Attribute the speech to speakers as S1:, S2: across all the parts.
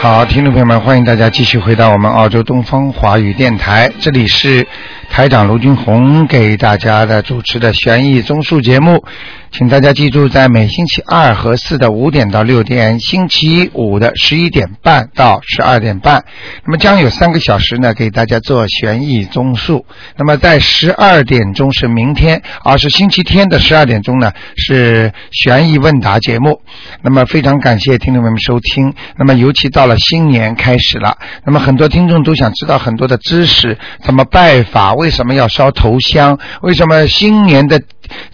S1: 好，听众朋友们，欢迎大家继续回到我们澳洲东方华语电台，这里是台长卢军红给大家的主持的悬疑综述节目，请大家记住，在每星期二和四的五点到六点，星期五的十一点半到十二点半，那么将有三个小时呢，给大家做悬疑综述。那么在十二点钟是明天，而是星期天的十二点钟呢是悬疑问答节目。那么非常感谢听众朋友们收听。那么尤其到了新年开始了，那么很多听众都想知道很多的知识，怎么拜法，为什么要烧头香，为什么新年的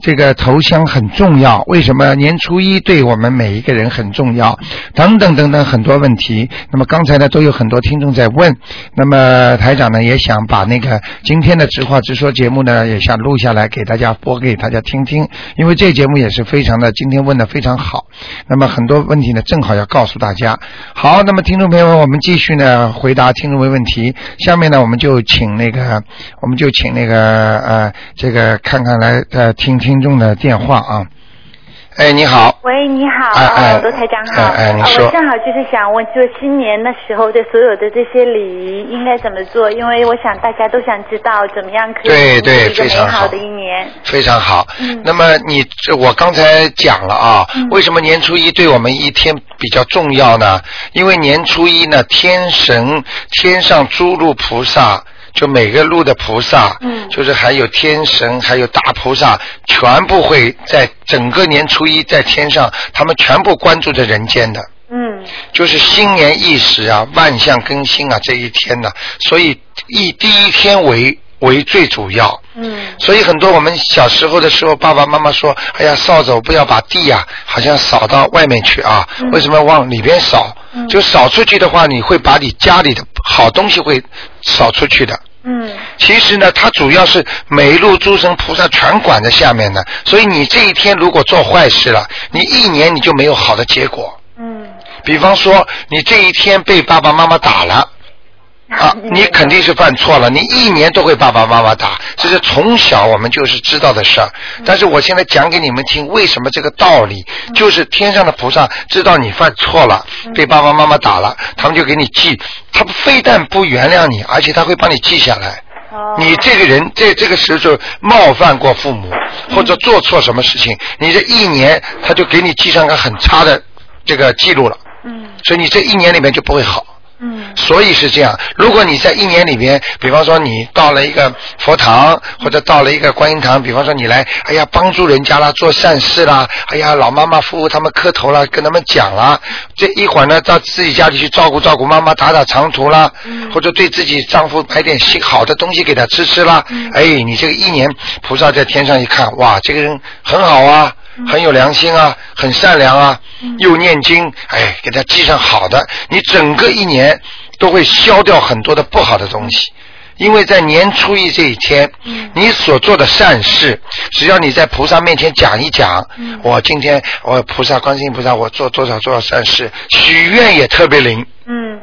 S1: 这个头香很重要，为什么年初一对我们每一个人很重要，等等等等很多问题。那么刚才呢都有很多听众在问，那么台长呢也想把那个今天的直话直说节目呢也想录下来给大家播给大家听听，因为这节目也是非常的今天问的非常好。那么很多问题呢，正好要告诉大家。好，那么听众朋友们，我们继续呢回答听众朋友问题。下面呢，我们就请那个，我们就请那个呃，这个看看来呃听听众的电话啊。哎，你好。
S2: 喂，你好，
S1: 哎哎
S2: 罗台长好。
S1: 哎哎你
S2: 呃
S1: 说
S2: 我正好就是想问，就是新年的时候对所有的这些礼仪应该怎么做？因为我想大家都想知道怎么样可以
S1: 对对
S2: 度过一
S1: 非
S2: 个
S1: 常
S2: 美
S1: 好
S2: 好的一年。
S1: 非常好。
S2: 嗯
S1: 那么你这我刚才讲了啊，为什么年初一对我们一天比较重要呢？因为年初一呢，天神天上诸路菩萨。就每个路的菩萨，
S2: 嗯
S1: 就是还有天神，还有大菩萨，全部会在整个年初一在天上，他们全部关注着人间的。
S2: 嗯
S1: 就是新年伊始啊，万象更新啊，这一天呢、所以以第一天为为最主要。
S2: 嗯
S1: 所以很多我们小时候的时候，爸爸妈妈说：“哎呀，扫帚不要把地呀、好像扫到外面去啊，
S2: 嗯
S1: 为什么要往里边扫？
S2: 嗯
S1: 就扫出去的话，你会把你家里的好东西会扫出去的。
S2: 嗯
S1: 其实呢，它主要是每一路诸神菩萨全管在下面的，所以你这一天如果做坏事了，你一年你就没有好的结果。
S2: 嗯
S1: 比方说，你这一天被爸爸妈妈打了。 啊，你肯定是犯错了，你一年都会爸爸妈妈打，这是从小我们就是知道的事儿。但是我现在讲给你们听，为什么这个道理，就是天上的菩萨知道你犯错了，被爸爸妈妈打了，他们就给你记，他非但不原谅你，而且他会帮你记下来。
S2: 哦
S1: 你这个人在这个时候冒犯过父母，或者做错什么事情，你这一年他就给你记上个很差的这个记录了，
S2: 嗯
S1: 所以你这一年里面就不会好。
S2: 嗯
S1: 所以是这样，如果你在一年里边，比方说你到了一个佛堂，或者到了一个观音堂，比方说你来，哎呀，帮助人家啦，做善事啦，哎呀，老妈妈、夫妇他们磕头啦，跟他们讲啦，这一会儿呢，到自己家里去照顾照顾妈妈，打打长途啦，
S2: 嗯
S1: 或者对自己丈夫买点新好的东西给他吃吃啦，哎，你这个一年，菩萨在天上一看，哇，这个人很好啊。很有良心啊，很善良啊，又念经，哎，给他记上好的，你整个一年都会消掉很多的不好的东西。因为在年初一这一天，你所做的善事，只要你在菩萨面前讲一讲，我今天我菩萨观世音菩萨，我做多少多少善事，许愿也特别灵。
S2: 嗯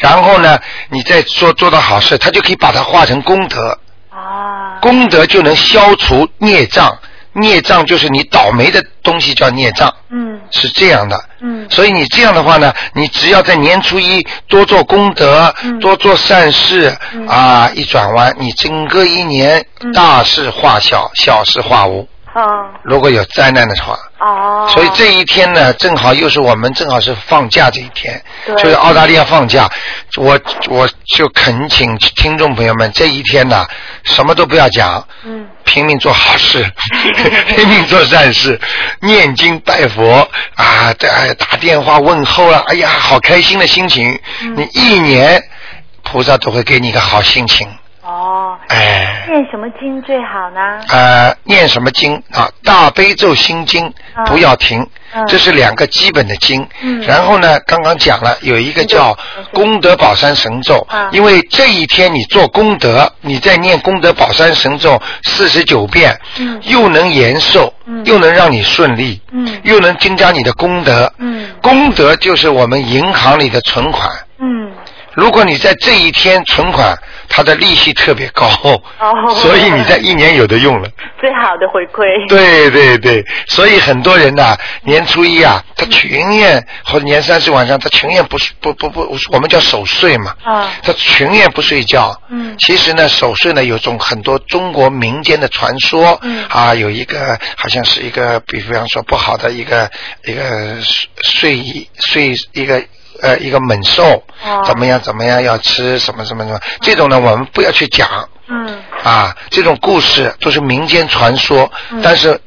S1: 然后呢，你再做做到好事，他就可以把它化成功德。
S2: 啊
S1: 功德就能消除孽障，孽障就是你倒霉的东西叫孽障，
S2: 嗯
S1: 是这样的。
S2: 嗯
S1: 所以你这样的话呢，你只要在年初一多做功德，
S2: 嗯
S1: 多做善事、
S2: 嗯
S1: 啊，一转弯，你整个一年
S2: 嗯
S1: 大事化小，小事化无。
S2: 哦
S1: 如果有灾难的话，
S2: 哦，
S1: 所以这一天呢，正好又是我们正好是放假这一天，
S2: 对
S1: 就是澳大利亚放假。我我就恳请听众朋友们，这一天呢，什么都不要讲，
S2: 嗯
S1: 拼命做好事， 拼命做善事，念经拜佛啊，这哎打电话问候了，哎呀，好开心的心情。
S2: 嗯
S1: 你一年，菩萨都会给你一个好心情。
S2: 哦，
S1: 哎，
S2: 念什么经最好呢？
S1: 呃，念什么经啊？大悲咒心经
S2: 嗯
S1: 不要停，
S2: 嗯
S1: 这是两个基本的经。
S2: 嗯
S1: 然后呢，刚刚讲了有一个叫功德宝山神咒
S2: 嗯，
S1: 因为这一天你做功德，你在念功德宝山神咒四十九遍，
S2: 嗯
S1: 又能延寿，
S2: 嗯
S1: 又能让你顺利，
S2: 嗯
S1: 又能增加你的功德。
S2: 嗯
S1: 功德就是我们银行里的存款。
S2: 嗯
S1: 如果你在这一天存款，它的利息特别高，
S2: 哦
S1: 所以你在一年有的用了。
S2: 最好的回馈。
S1: 对对对，所以很多人呐、年初一啊，他情愿或者年三十晚上，他情愿不睡不不不，我们叫守岁嘛，
S2: 啊
S1: 他情愿不睡觉。
S2: 嗯
S1: 其实呢，守岁呢有种很多中国民间的传说，
S2: 嗯
S1: 啊，有一个好像是一个，比方说不好的一个一个睡睡一个。呃，一个猛兽
S2: 哦
S1: 怎么样怎么样要吃什么什么什么，这种呢我们不要去讲，
S2: 嗯
S1: 啊，这种故事都是民间传说，
S2: 嗯
S1: 但是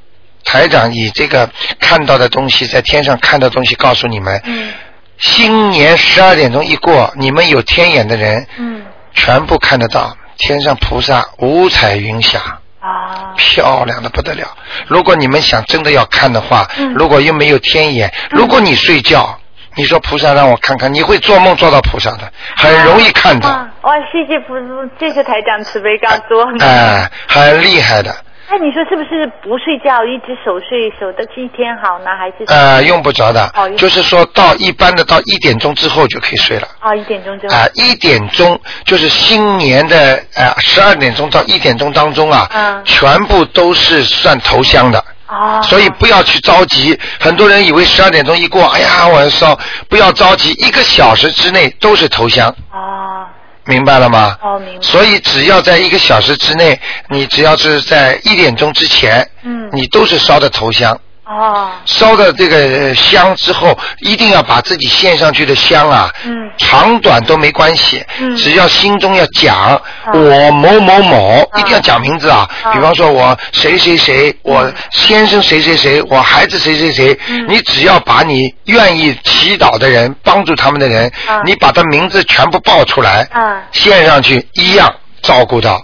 S1: 台长以这个看到的东西，在天上看到的东西告诉你们，
S2: 嗯
S1: 新年十二点钟一过，你们有天眼的人
S2: 嗯
S1: 全部看得到，天上菩萨五彩云霞。
S2: 啊
S1: 漂亮的不得了！如果你们想真的要看的话，
S2: 嗯
S1: 如果又没有天眼，如果你睡觉，你说菩萨让我看看，你会做梦做到菩萨的，很容易看到，
S2: 啊！哇，谢谢菩，谢谢台长慈悲告诉我。
S1: 哎、很厉害的。
S2: 那你说是不是不睡觉，一直守睡，守到今天好呢？还是
S1: 呃，用不着的
S2: 哦用，
S1: 就是说到一般的到一点钟之后就可以睡了。
S2: 啊一点钟之后？
S1: 啊、一点钟就是新年的呃十二点钟到一点钟当中啊，
S2: 嗯
S1: 全部都是算头香的，
S2: 啊，
S1: 所以不要去着急。很多人以为十二点钟一过，哎呀，我要烧，不要着急，一个小时之内都是头香，
S2: 啊
S1: 明白了吗？
S2: 哦明白。
S1: 所以只要在一个小时之内，你只要是在一点钟之前，
S2: 嗯
S1: 你都是烧的头香。
S2: 哦
S1: 烧的这个呃香之后，一定要把自己献上去的香啊，
S2: 嗯
S1: 长短都没关系，
S2: 嗯
S1: 只要心中要讲、
S2: 啊
S1: 我某某某，
S2: 啊
S1: 一定要讲名字啊，
S2: 啊
S1: 比方说我谁谁谁，我先生谁谁谁，我孩子谁谁谁，
S2: 嗯
S1: 你只要把你愿意祈祷的人、帮助他们的人，
S2: 啊
S1: 你把他名字全部报出来，
S2: 啊
S1: 献上去，一样照顾到。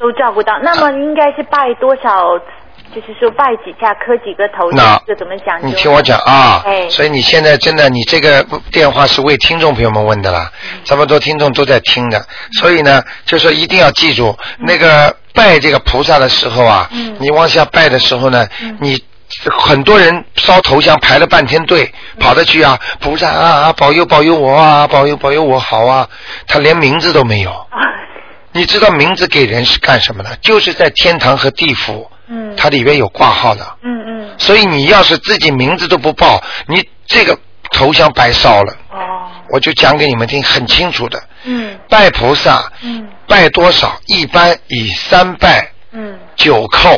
S2: 都照顾到。那么应该是拜多少？就是说拜几下，磕几个头，
S1: 那
S2: 这个怎么讲究？
S1: 你听我讲啊
S2: 哎，
S1: 所以你现在真的，你这个电话是为听众朋友们问的啦，这么多听众都在听的，所以呢，就说一定要记住，那个拜这个菩萨的时候啊
S2: 嗯，
S1: 你往下拜的时候呢，你。很多人烧头香排了半天队，跑得去啊！菩萨啊啊，保佑保佑我啊，保佑保佑我好啊！他连名字都没有，
S2: 啊，
S1: 你知道名字给人是干什么的？就是在天堂和地府，
S2: 嗯，
S1: 它里边有挂号的。
S2: 嗯嗯，
S1: 所以你要是自己名字都不报，你这个头香白烧了。
S2: 哦，
S1: 我就讲给你们听，很清楚的。
S2: 嗯
S1: 拜菩萨，
S2: 嗯
S1: 拜多少？一般以三拜
S2: 嗯，
S1: 九叩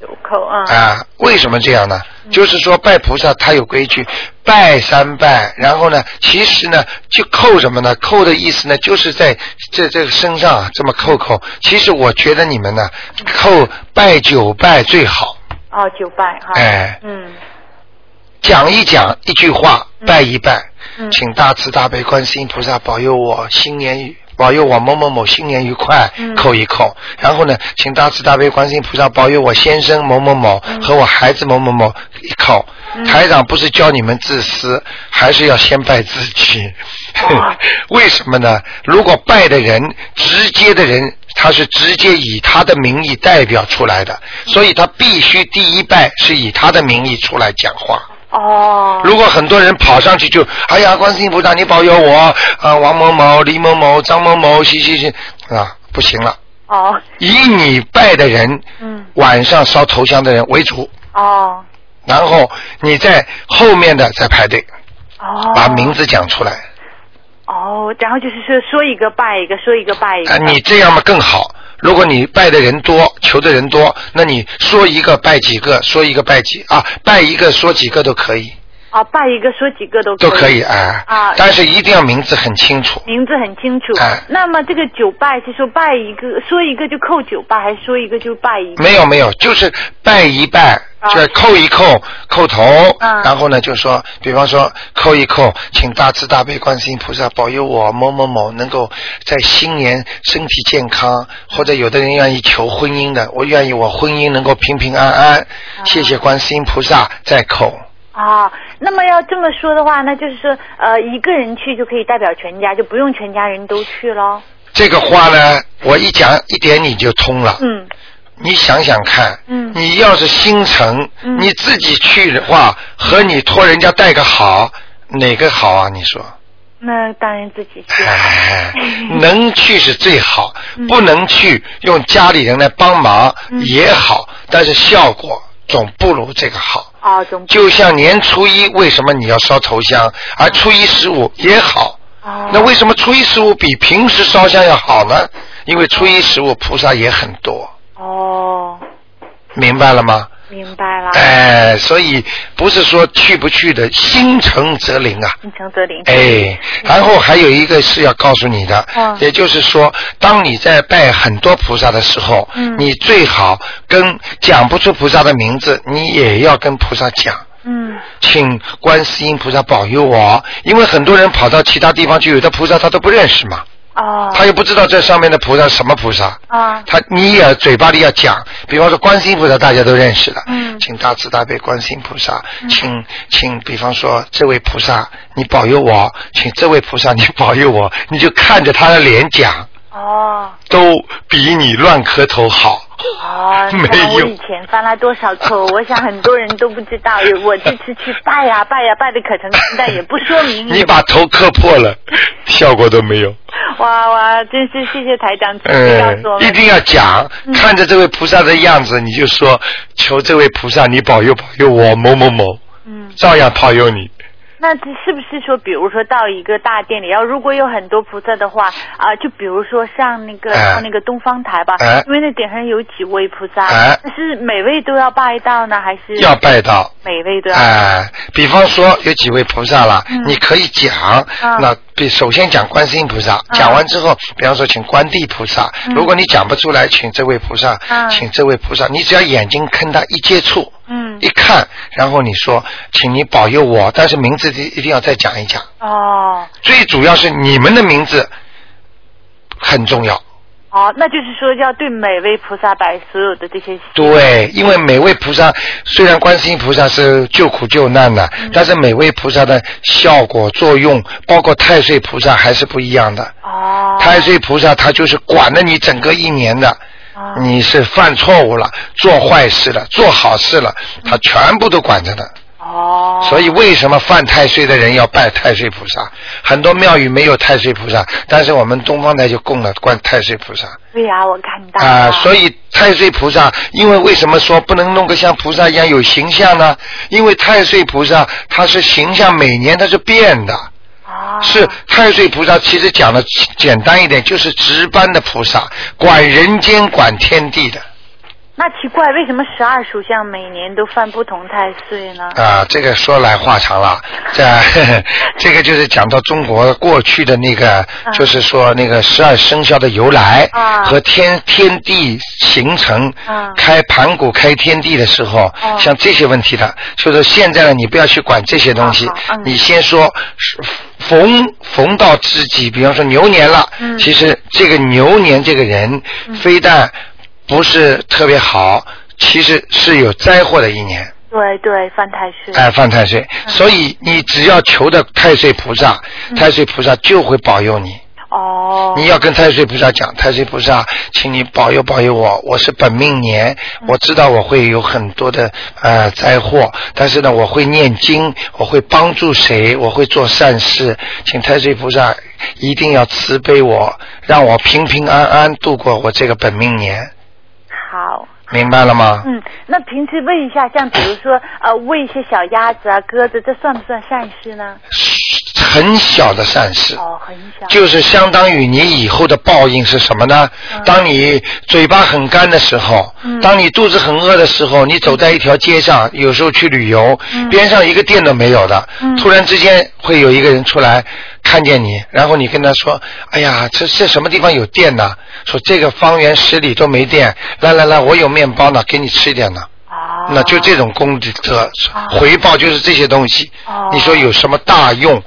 S2: 有口啊，
S1: 啊。为什么这样呢？就是说拜菩萨他有规矩，拜三拜，然后呢，其实呢就叩什么呢？叩的意思呢，就是在这这个身上啊这么叩叩。其实我觉得你们呢，叩拜九拜最好。
S2: 哦，九拜哈，
S1: 哎
S2: 嗯
S1: 讲一讲一句话，拜一拜，
S2: 嗯
S1: 请大慈大悲观世音菩萨保佑我新年愉保佑我某某某新年愉快，
S2: 嗯
S1: 叩一叩。然后呢，请大慈大悲观世音菩萨保佑我先生某某某
S2: 嗯
S1: 和我孩子某某某一叩。台长不是教你们自私，还是要先拜自己
S2: 哇。
S1: 为什么呢？如果拜的人直接的人，他是直接以他的名义代表出来的，
S2: 嗯
S1: 所以他必须第一拜是以他的名义出来讲话。
S2: 哦，
S1: 如果很多人跑上去就，哎呀，观世音菩萨，你保佑我啊、王某某、李某某、张某某，行行行，啊，不行了，
S2: 哦
S1: 以你拜的人，
S2: 嗯
S1: 晚上烧头香的人为主，
S2: 哦
S1: 然后你在后面的再排队，
S2: 哦，
S1: 把名字讲出来，
S2: 哦，然后就是说说一个拜一个，说一个拜一个，
S1: 啊，你这样嘛更好。如果你拜的人多，求的人多，那你说一个拜几个，说一个拜几啊，拜一个说几个都可以，
S2: 啊拜一个说几个都
S1: 都可
S2: 以。
S1: 以啊。
S2: 啊
S1: 但是一定要名字很清楚。
S2: 名字很清楚，
S1: 哎
S2: 那么这个九拜是说拜一个，说一个就扣九拜，还是说一个就拜一个？
S1: 没有没有，就是拜一拜，
S2: 啊
S1: 就是叩一叩，叩头，
S2: 嗯
S1: 然后呢就说，比方说叩一叩，请大慈大悲观世音菩萨保佑我某某某能够在新年身体健
S2: 啊
S1: 康，或者有的人愿意求婚姻的，我愿意我婚姻能够平平安安，谢谢观世音菩萨，再叩。
S2: 啊，那么要这么说的话，那就是说，呃，一个人去就可以代表全家，就不用全家人都去喽。
S1: 这个话呢，我一讲一点你就通了。
S2: 嗯，
S1: 你想想看，
S2: 嗯
S1: 你要是心诚，
S2: 嗯
S1: 你自己去的话，和你托人家带个好，哪个好啊？你说
S2: 那当然自己去。
S1: 哎，能去是最好，不能去用家里人来帮忙也好，但是效果总不如这个好。
S2: 哦，总
S1: 就像年初一为什么你要烧头香，而初一十五也好，
S2: 哦
S1: 那为什么初一十五比平时烧香要好呢？因为初一十五菩萨也很多，
S2: 哦，
S1: 明白了吗？
S2: 明白了。
S1: 哎，所以不是说去不去的，心诚则灵啊。
S2: 心诚则灵。
S1: 哎，然后还有一个是要告诉你的，
S2: 嗯
S1: 也就是说，当你在拜很多菩萨的时候，
S2: 嗯
S1: 你最好跟讲不出菩萨的名字，你也要跟菩萨讲。
S2: 嗯
S1: 请观世音菩萨保佑我，因为很多人跑到其他地方去，有的菩萨他都不认识嘛，
S2: 哦
S1: 他又不知道这上面的菩萨什么菩萨，
S2: 啊
S1: 他你也嘴巴里要讲，比方说观世音菩萨大家都认识的，
S2: 嗯
S1: 请大慈大悲观世音菩萨，请请比方说这位菩萨你保佑我，请这位菩萨你保佑我，你就看着他的脸讲，
S2: 哦
S1: 都比你乱磕头好。
S2: 哦，
S1: 没
S2: 看来我
S1: 有
S2: 以前犯了多少错，我想很多人都不知道。 有我这次去拜呀拜呀拜的可诚心，但也不说明。
S1: 你把头磕破了，效果都没有。
S2: 哇哇，真是谢谢台长，亲自告
S1: 嗯
S2: 诉我，
S1: 一
S2: 们。
S1: 定要讲，
S2: 嗯
S1: 看着这位菩萨的样子，你就说求这位菩萨你保佑保佑我某某某，
S2: 嗯，
S1: 照样保佑你。
S2: 那这是不是说，比如说到一个大殿里，要如果有很多菩萨的话，啊、就比如说上那个、
S1: 哎
S2: 上那个东方台吧，
S1: 哎
S2: 因为那顶上有几位菩萨，
S1: 哎
S2: 那是每位都要拜到呢，还是
S1: 要拜到，
S2: 每位都要？
S1: 哎，比方说有几位菩萨了
S2: 嗯，
S1: 你可以讲，
S2: 嗯
S1: 那比首先讲观世音菩萨，
S2: 嗯
S1: 讲完之后，比方说请观地菩萨，
S2: 嗯
S1: 如果你讲不出来，请这位菩萨
S2: 嗯，
S1: 请这位菩萨，你只要眼睛跟他一接触，
S2: 嗯
S1: 一，看，然后你说，请你保佑我，但是名字一定要再讲一讲。
S2: 哦
S1: 最主要是你们的名字很重要。
S2: 哦，那就是说要对每位菩萨拜所有的这些，
S1: 对，因为每位菩萨虽然观世音菩萨是救苦救难的，
S2: 嗯
S1: 但是每位菩萨的效果作用，包括太岁菩萨还是不一样的。
S2: 哦，
S1: 太岁菩萨他就是管了你整个一年的，
S2: 哦
S1: 你是犯错误了、做坏事了、做好事了，他全部都管着的。
S2: 嗯哦，
S1: 所以为什么犯太岁的人要拜太岁菩萨？很多庙宇没有太岁菩萨，但是我们东方台就供了观太岁菩萨
S2: 对呀、我看到
S1: 啊、
S2: 了
S1: 所以太岁菩萨，因为为什么说不能弄个像菩萨一样有形象呢？因为太岁菩萨它是形象，每年它是变的。
S2: 哦
S1: 是太岁菩萨，其实讲的简单一点，就是值班的菩萨，管人间、管天地的
S2: 那奇怪，为什么十二属相每年都犯不同太岁呢？
S1: 啊、这个说来话长 了，这 这个就是讲到中国过去的那个，
S2: 嗯
S1: 就是说那个十二生肖的由来、
S2: 啊
S1: 和天天地形成、
S2: 嗯
S1: 开盘古开天地的时候，
S2: 哦
S1: 像这些问题的，所以说现在呢，你不要去管这些东西，
S2: 好好嗯
S1: 你先说是逢逢到自己，比方说牛年了，
S2: 嗯
S1: 其实这个牛年这个人、非但不是特别好，其实是有灾祸的一年。
S2: 对对，犯太岁。
S1: 哎，犯太岁，
S2: 嗯
S1: 所以你只要求的太岁菩萨，太岁菩萨就会保佑你。
S2: 哦，
S1: 你要跟太岁菩萨讲，太岁菩萨，请你保佑保佑我，我是本命年，
S2: 嗯
S1: 我知道我会有很多的呃灾祸，但是呢，我会念经，我会帮助谁，我会做善事，请太岁菩萨一定要慈悲我，让我平平安安度过我这个本命年，
S2: 好。
S1: 明白了吗？
S2: 嗯，那平时喂一下，像比如说呃，喂一些小鸭子啊、鸽子，这算不算善事呢？
S1: 很小的善事。
S2: 哦，很小。
S1: 就是相当于你以后的报应是什么呢？
S2: 嗯
S1: 当你嘴巴很干的时候，
S2: 嗯
S1: 当你肚子很饿的时候，你走在一条街上，有时候去旅游，
S2: 嗯
S1: 边上一个店都没有的，
S2: 嗯
S1: 突然之间会有一个人出来看见你，然后你跟他说：“哎呀，这这什么地方有店呢？说这个方圆十里都没店，来来来，我有面包呢，给你吃一点呢。”
S2: 哦。
S1: 那就这。种功德
S2: 哦
S1: 回报就是这些东西
S2: 哦，嗯
S1: 你说有什么大用？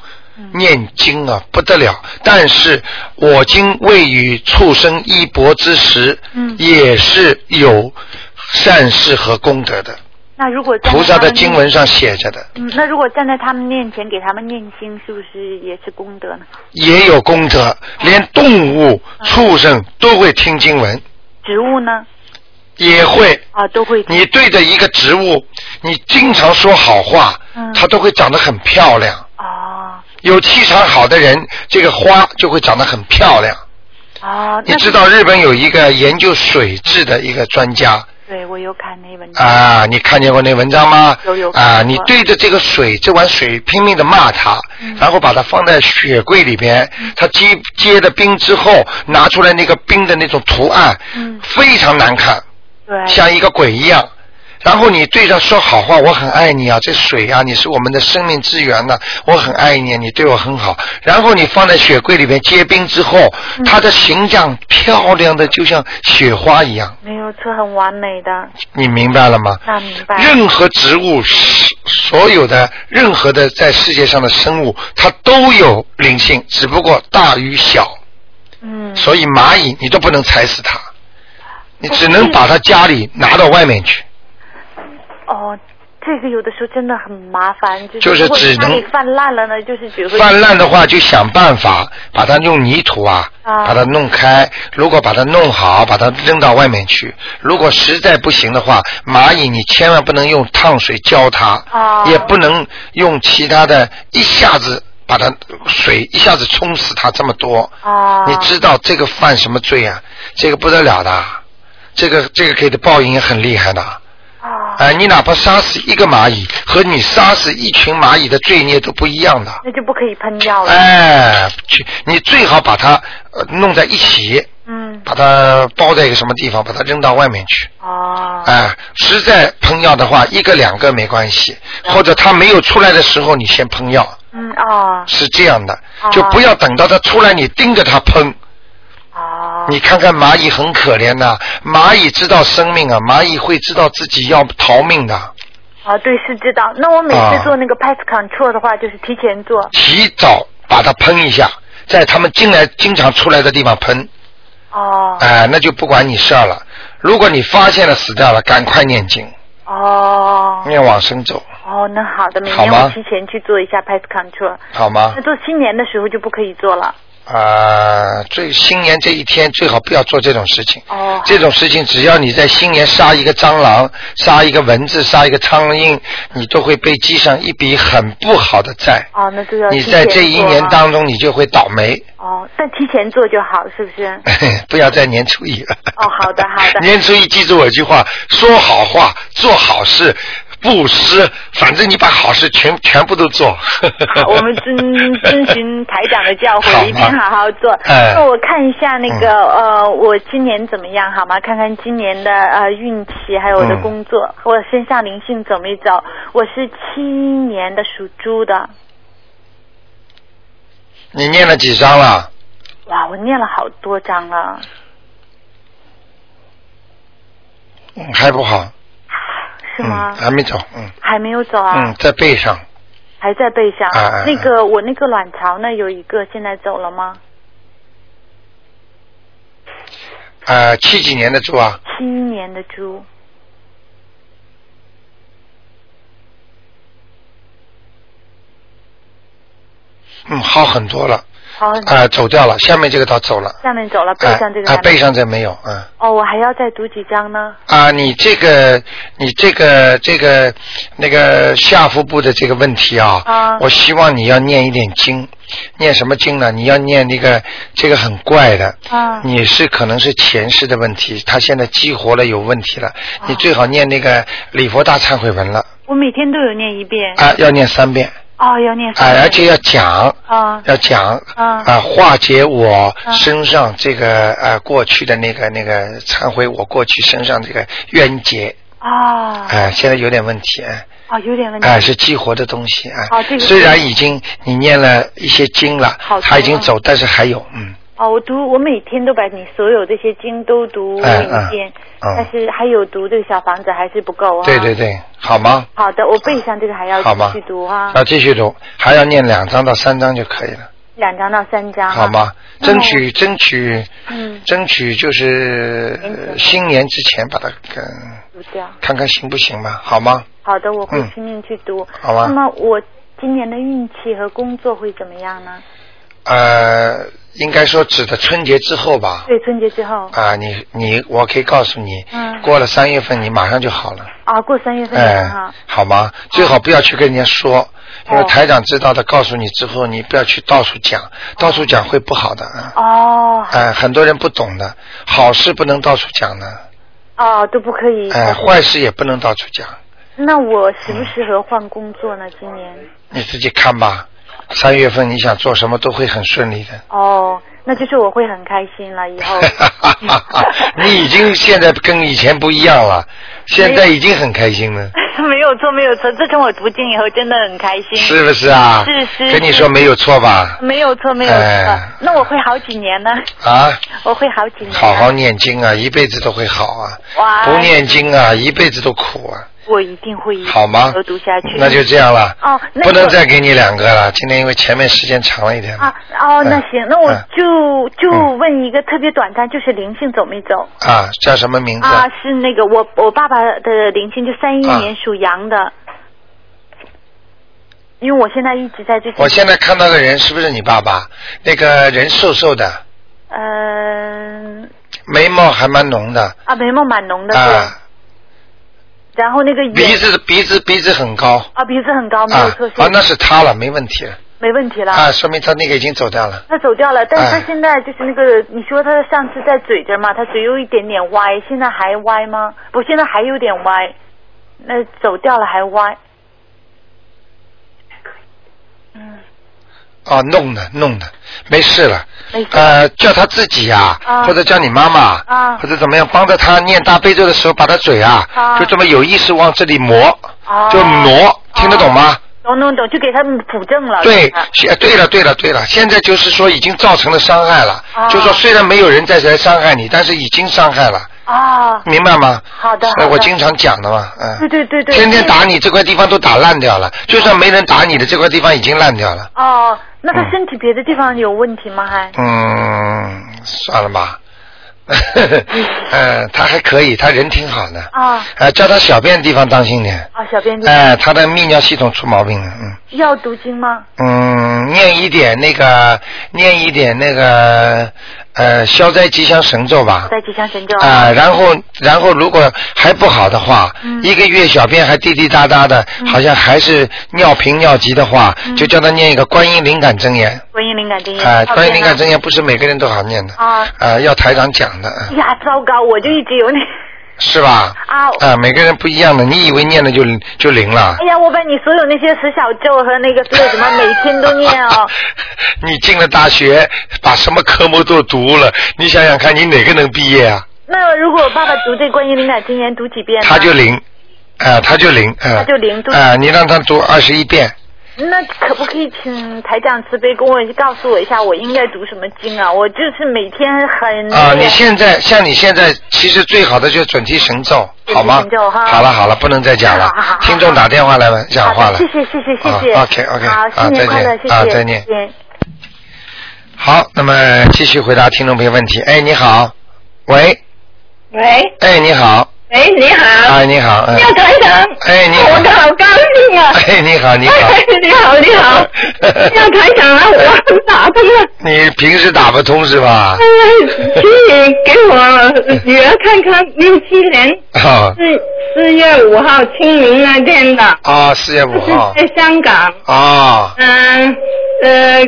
S1: 念经啊，不得了！但是我今未与畜生一搏之时，
S2: 嗯
S1: 也是有善事和功德的。
S2: 那如果站在
S1: 菩萨
S2: 他
S1: 的
S2: 们
S1: 经
S2: 面
S1: 文上写着的，
S2: 嗯，那如果站在他们面前给他们念经，是不是也是功德呢？
S1: 也有功德，连动物、畜生都会听经文，
S2: 植物呢？
S1: 也会。
S2: 啊，都会。
S1: 你对着一个植物，你经常说好话
S2: 嗯，
S1: 它都会长得很漂亮。
S2: 哦，
S1: 有气场好的人，这个花就会长得很漂亮。
S2: 哦，
S1: 你
S2: 那
S1: 知道日本有一个研究水质的一个专家
S2: 对我有看那文章，
S1: 啊，你看见过那文章吗
S2: 有有？看
S1: 啊，
S2: 过嗯
S1: 你对着这个水这碗水拼命的骂它，然后把它放在雪柜里边，它结结了冰之后，拿出来那个冰的那种图案，
S2: 嗯
S1: 非常难看。
S2: 对，
S1: 像一个鬼一样。然后你对他说好话，我很爱你啊，这水啊，你是我们的生命之源呐、我很爱你、啊，你对我很好。然后你放在雪柜里面结冰之后，它的形象漂亮的就像雪花一样，
S2: 没有错，很完美的，
S1: 你明白了吗？
S2: 那明白。
S1: 任何植物，所有的任何的在世界上的生物，它都有灵性，只不过大与小。
S2: 嗯，
S1: 所以蚂蚁你都不能踩死它，你只能把它家里拿到外面去。
S2: 哦，这个有的时候真的很麻烦，就是
S1: 就是
S2: 如果
S1: 只
S2: 家里
S1: 能
S2: 泛滥了呢，就是比如说
S1: 泛滥的话，就想办法把它用泥土啊，
S2: 啊
S1: 把它弄开。如果把它弄好，把它扔到外面去。如果实在不行的话，蚂蚁你千万不能用烫水浇它，
S2: 啊
S1: 也不能用其他的，一下子把它水一下子冲死它这么多。
S2: 啊，
S1: 你知道这个犯什么罪啊？这个不得了的，这个这个给的报应也很厉害的。
S2: 啊，
S1: 哎、你哪怕杀死一个蚂蚁，和你杀死一群蚂蚁的罪孽都不一样的。
S2: 那就不可以喷药了。
S1: 哎，去，你最好把它、呃、弄在一起，
S2: 嗯，
S1: 把它包在一个什么地方，把它扔到外面去。
S2: 哦，
S1: 哎，实在喷药的话，一个两个没关系，或者它没有出来的时候，你先喷药，
S2: 嗯，哦，
S1: 是这样的，
S2: 哦
S1: 就不要等到它出来，你盯着它喷。
S2: 哦，
S1: 你看看蚂蚁很可怜呐、蚂蚁知道生命啊，蚂蚁会知道自己要逃命的，
S2: 哦，对，是知道。那我每
S1: 啊
S2: 次做那个 pest control 的话，就是提前做。
S1: 提早把它喷一下，在它们进来经常出来的地方喷。
S2: 哦，
S1: 哎、那就不管你事儿了。如果你发现了死掉了，赶快念经，
S2: 哦，
S1: 念往生咒，
S2: 哦，那好的，每
S1: 好
S2: 年
S1: 吗
S2: 我提前去做一下 pest control。
S1: 好吗
S2: 那？做新年的时候就不可以做了。
S1: 啊、最新年这一天最好不要做这种事情。
S2: 哦，
S1: 这种事情，只要你在新年杀一个蟑螂、杀一个蚊子、杀一个苍蝇，你都会被记上一笔很不好的债。
S2: 哦，那就要
S1: 你
S2: 提
S1: 在
S2: 前
S1: 这一
S2: 做
S1: 年
S2: 啊
S1: 当中，你就会倒霉。
S2: 哦，但提前做就好，是不是？
S1: 哎不要在年初一了。
S2: 哦好的好 的
S1: 年初一记住我一句话：说好话，做好事，布施，反正你把好事全全部都做。
S2: 好，我们遵遵循台长的教
S1: 好
S2: 诲，一定好好做。
S1: 哎嗯
S2: 那我看一下那个、呃，我今年怎么样好吗？看看今年的呃运气，还有我的
S1: 嗯
S2: 工作，我身上灵性走没走？我是七年的属猪的，
S1: 你念了几章了？
S2: 哇，我念了好多章啊了，
S1: 嗯，还不好。
S2: 是吗？
S1: 嗯，还没走。嗯
S2: 还没有走啊，
S1: 嗯，在背上。
S2: 还在背上。啊
S1: 哎哎哎
S2: 那个我那个卵巢呢，有一个现在走了吗？
S1: 呃，七几年的猪啊？
S2: 七一年的猪，
S1: 嗯，好很多了。
S2: 好，
S1: 啊、走掉了。下面这个倒走了。
S2: 哦下面走了，嗯背
S1: 啊
S2: 上这个
S1: 啊
S2: 还没
S1: 背上这没有。嗯。
S2: 哦，我还要再读几张呢？
S1: 啊，你这个，你这个，这个，那个下腹部的这个问题啊，
S2: 啊
S1: 我希望你要念一点经，念什么经呢？你要念那个，这个很怪的，
S2: 啊，
S1: 你是可能是前世的问题，他现在激活了有问题了，
S2: 啊
S1: 你最好念那个礼佛大忏悔文了
S2: 我每天都有念一遍。
S1: 啊，要念三遍
S2: 哦，要念
S1: 啊
S2: 三，遍。
S1: 而且要讲，
S2: 啊
S1: 要讲
S2: 啊
S1: 啊，化解我
S2: 啊
S1: 身上这个呃过去的那个那个忏悔我过去身上这个冤结。
S2: 啊
S1: 哎，现在有点问题，哎，
S2: 哦，有点问题。
S1: 哎，是激活的东西，哎，
S2: 哦这个
S1: 虽然已经你念了一些经了
S2: 好，多
S1: 他已经走，但是还有，嗯，
S2: 哦，我读，我每天都把你所有这些经都读
S1: 哎
S2: 一遍，
S1: 嗯嗯
S2: 但是还有读这个小房子还是不够啊。
S1: 对对。对，好吗？
S2: 好的，我背上这个还要
S1: 好吗
S2: 继续读啊，
S1: 要继续读，还要念两章到三章就可以了，
S2: 两张到三张、啊。
S1: 好？吗？
S2: 那
S1: 争
S2: 么
S1: 取争取
S2: 嗯，
S1: 争取就是呃新年之前把它跟
S2: 读掉。
S1: 看看行不行吧，好吗？
S2: 好的，我会
S1: 嗯
S2: 拼命去读。
S1: 好吧
S2: 那么我今年的运气和工作会怎么样呢？
S1: 呃，应该说指的春节之后吧。
S2: 对，春节之后
S1: 啊，你你，我可以告诉你，
S2: 嗯
S1: 过了三月份你马上就好了。
S2: 啊，过三月份就
S1: 哎
S2: 很好。，哦
S1: 好吗？最好不要去跟人家说，如果台长知道的，告诉你之后，你不要去到处讲，到处讲会不好的啊。
S2: 哦
S1: 哎，很多人不懂的，好事不能到处讲的，
S2: 哦，都不可以。
S1: 哎，坏事也不能到处讲，
S2: 那我适不适合换工作呢？今年？
S1: 你自己看吧。三月份你想做什么都会很顺利 的。
S2: 哦，那就是我会很开心了，以后
S1: 你已经现在跟以前不一样了，现在已经很开心了，
S2: 没有错，没有错。自从我读经以后，真的很开心。
S1: 是不是啊？
S2: 是是
S1: 跟你说没有错吧？
S2: 没有错，没有错。
S1: 哎
S2: 那我会好几年呢，
S1: 啊，
S2: 我会好几年。
S1: 好好。念经啊，一辈子都会好啊。
S2: 哇！
S1: 不念经啊，一辈子都苦啊，
S2: 我一定会一
S1: 好吗
S2: 嗯都读下去。？
S1: 那就这样了。
S2: 哦那
S1: 不能
S2: 我
S1: 再给你两个了。今天因为前面时间长了一点。
S2: 啊哦，那行，那我
S1: 嗯
S2: 就就
S1: 嗯
S2: 问一个特别短暂，就是灵性走没走
S1: 啊，叫什么名字？
S2: 啊？是那个我我爸爸的灵性，就三一
S1: 啊
S2: 年属羊的，因为我现在一直在最近
S1: 我现在看到的人是不是你爸爸？那个人瘦瘦的，
S2: 嗯
S1: 眉毛还蛮浓的
S2: 啊眉毛蛮浓的，
S1: 啊，
S2: 对，然后那个眼
S1: 鼻子鼻子鼻子很高
S2: 啊鼻子很高，没有
S1: 啊
S2: 错，是
S1: 啊，那是他了，没问题了
S2: 没问题了。
S1: 啊，说明他那个已经走掉了。
S2: 他走掉了，但是
S1: 哎
S2: 他现在就是那个，你说他上次在嘴这嘛，他嘴有一点点歪，现在还歪吗？不，现在还有点歪，那走掉了还歪。嗯，
S1: 啊，弄的弄的，没事了。
S2: 没事
S1: 呃，叫他自己呀、
S2: 啊
S1: 或者叫你妈妈，
S2: 啊
S1: 或者怎么样，帮着他念大悲咒的时候，把他嘴啊，
S2: 啊
S1: 就这么有意识往这里磨，
S2: 哦
S1: 就挪，听得懂吗？
S2: 懂哦懂懂，就给他们补正了。
S1: 对
S2: 是吧，
S1: 现对了，对了，对了，现在就是说已经造成了伤害了，
S2: 啊
S1: 就说虽然没有人再来伤害你，但是已经伤害了，
S2: 啊，
S1: 明白吗？
S2: 好的，好
S1: 那
S2: 的
S1: 我经常讲的嘛，嗯，
S2: 对对对对，啊
S1: 天天打你这块地方都打烂掉了，就算没人打你的这块地方已经烂掉了，
S2: 哦，那他
S1: 嗯
S2: 身体别的地方有问题吗？还
S1: 嗯，算了吧。 嗯，他还可以，他人挺好的。
S2: 啊
S1: 呃，叫他小便的地方当心点。
S2: 啊，小编辑
S1: 哎、他的泌尿系统出毛病了，嗯
S2: 要读经吗？
S1: 嗯，念一点那个，念一点那个，呃，消灾吉祥神咒吧。
S2: 在吉祥神咒
S1: 啊、然后然后如果还不好的话，
S2: 嗯
S1: 一个月小便还滴滴答答的，好像还是尿频尿急的话，就叫他念一个观音灵感真言。
S2: 观音灵感真言
S1: 啊、
S2: 照
S1: 观音
S2: 片
S1: 灵
S2: 呢
S1: 感真言不是每个人都好念的。
S2: 啊
S1: 啊，要台长讲的，嗯
S2: 呀，糟糕，我就一直有那。
S1: 是吧？
S2: 啊
S1: 啊，每个人不一样的，你以为念了就就灵了
S2: 哎？呀，我把你所有那些十小咒和那个所有什么每天都念哦。
S1: 你进了大学，把什么科目都读了，你想想看，你哪个能毕业啊？
S2: 那如果我爸爸读这观音灵感真言读几遍呢？
S1: 他就灵，啊、他就灵，啊、
S2: 他就灵读
S1: 啊、你让他读二十一遍，
S2: 那可不可以请台长慈悲跟我告诉我一下，我应该读什么经啊？我就是每天很
S1: 啊、你现在像你现在，其实最好的就是准提神咒，好吗
S2: 准提神咒？哈
S1: 好了好了，不能再讲了
S2: 好好好好，
S1: 听众打电话来讲话
S2: 好
S1: 了。
S2: 的谢谢谢谢谢谢。
S1: OK OK，
S2: 好，
S1: 啊
S2: 新年快
S1: 再
S2: 乐，谢
S1: 见
S2: 谢。
S1: 啊再见。好，那么继续回答听众朋友问题。哎，你好，喂，
S3: 喂
S1: 哎，你好，
S3: 喂，你好，
S1: 哎，你好，嗯，
S3: 廖台长，
S1: 哎，你
S3: 我
S1: 好，
S3: 好高兴啊！
S1: 哎，你好，你好，
S3: 哎你好，你好，廖台长啊，我打通了，
S1: 你平时打不通是吧
S3: 哎？，请你给我女儿看看，六七年
S1: 啊
S3: 四四月五号清明那天的，
S1: 啊，四月 五号
S3: 是在香港，
S1: 啊
S3: 嗯呃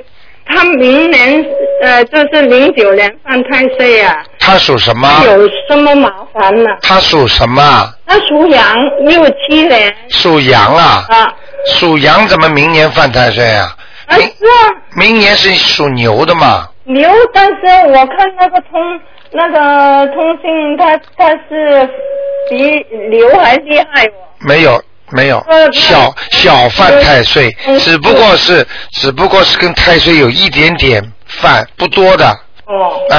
S3: 她明年呃就是零九年犯太岁啊，
S1: 他属什么？
S3: 有什么麻烦呢、
S1: 他属什么？
S3: 她属羊，六七年
S1: 属羊啊，
S3: 啊，
S1: 属羊怎么明年犯太岁啊？
S3: 啊是
S1: 明
S3: 啊。
S1: 明年是属牛的嘛？
S3: 牛，但是我看那个通那个通信，它它是比牛还厉害哦。
S1: 没有，没有
S3: 呃，那
S1: 小小犯太岁
S3: 嗯，
S1: 只不过是只不过是跟太岁有一点点犯，不多的，啊、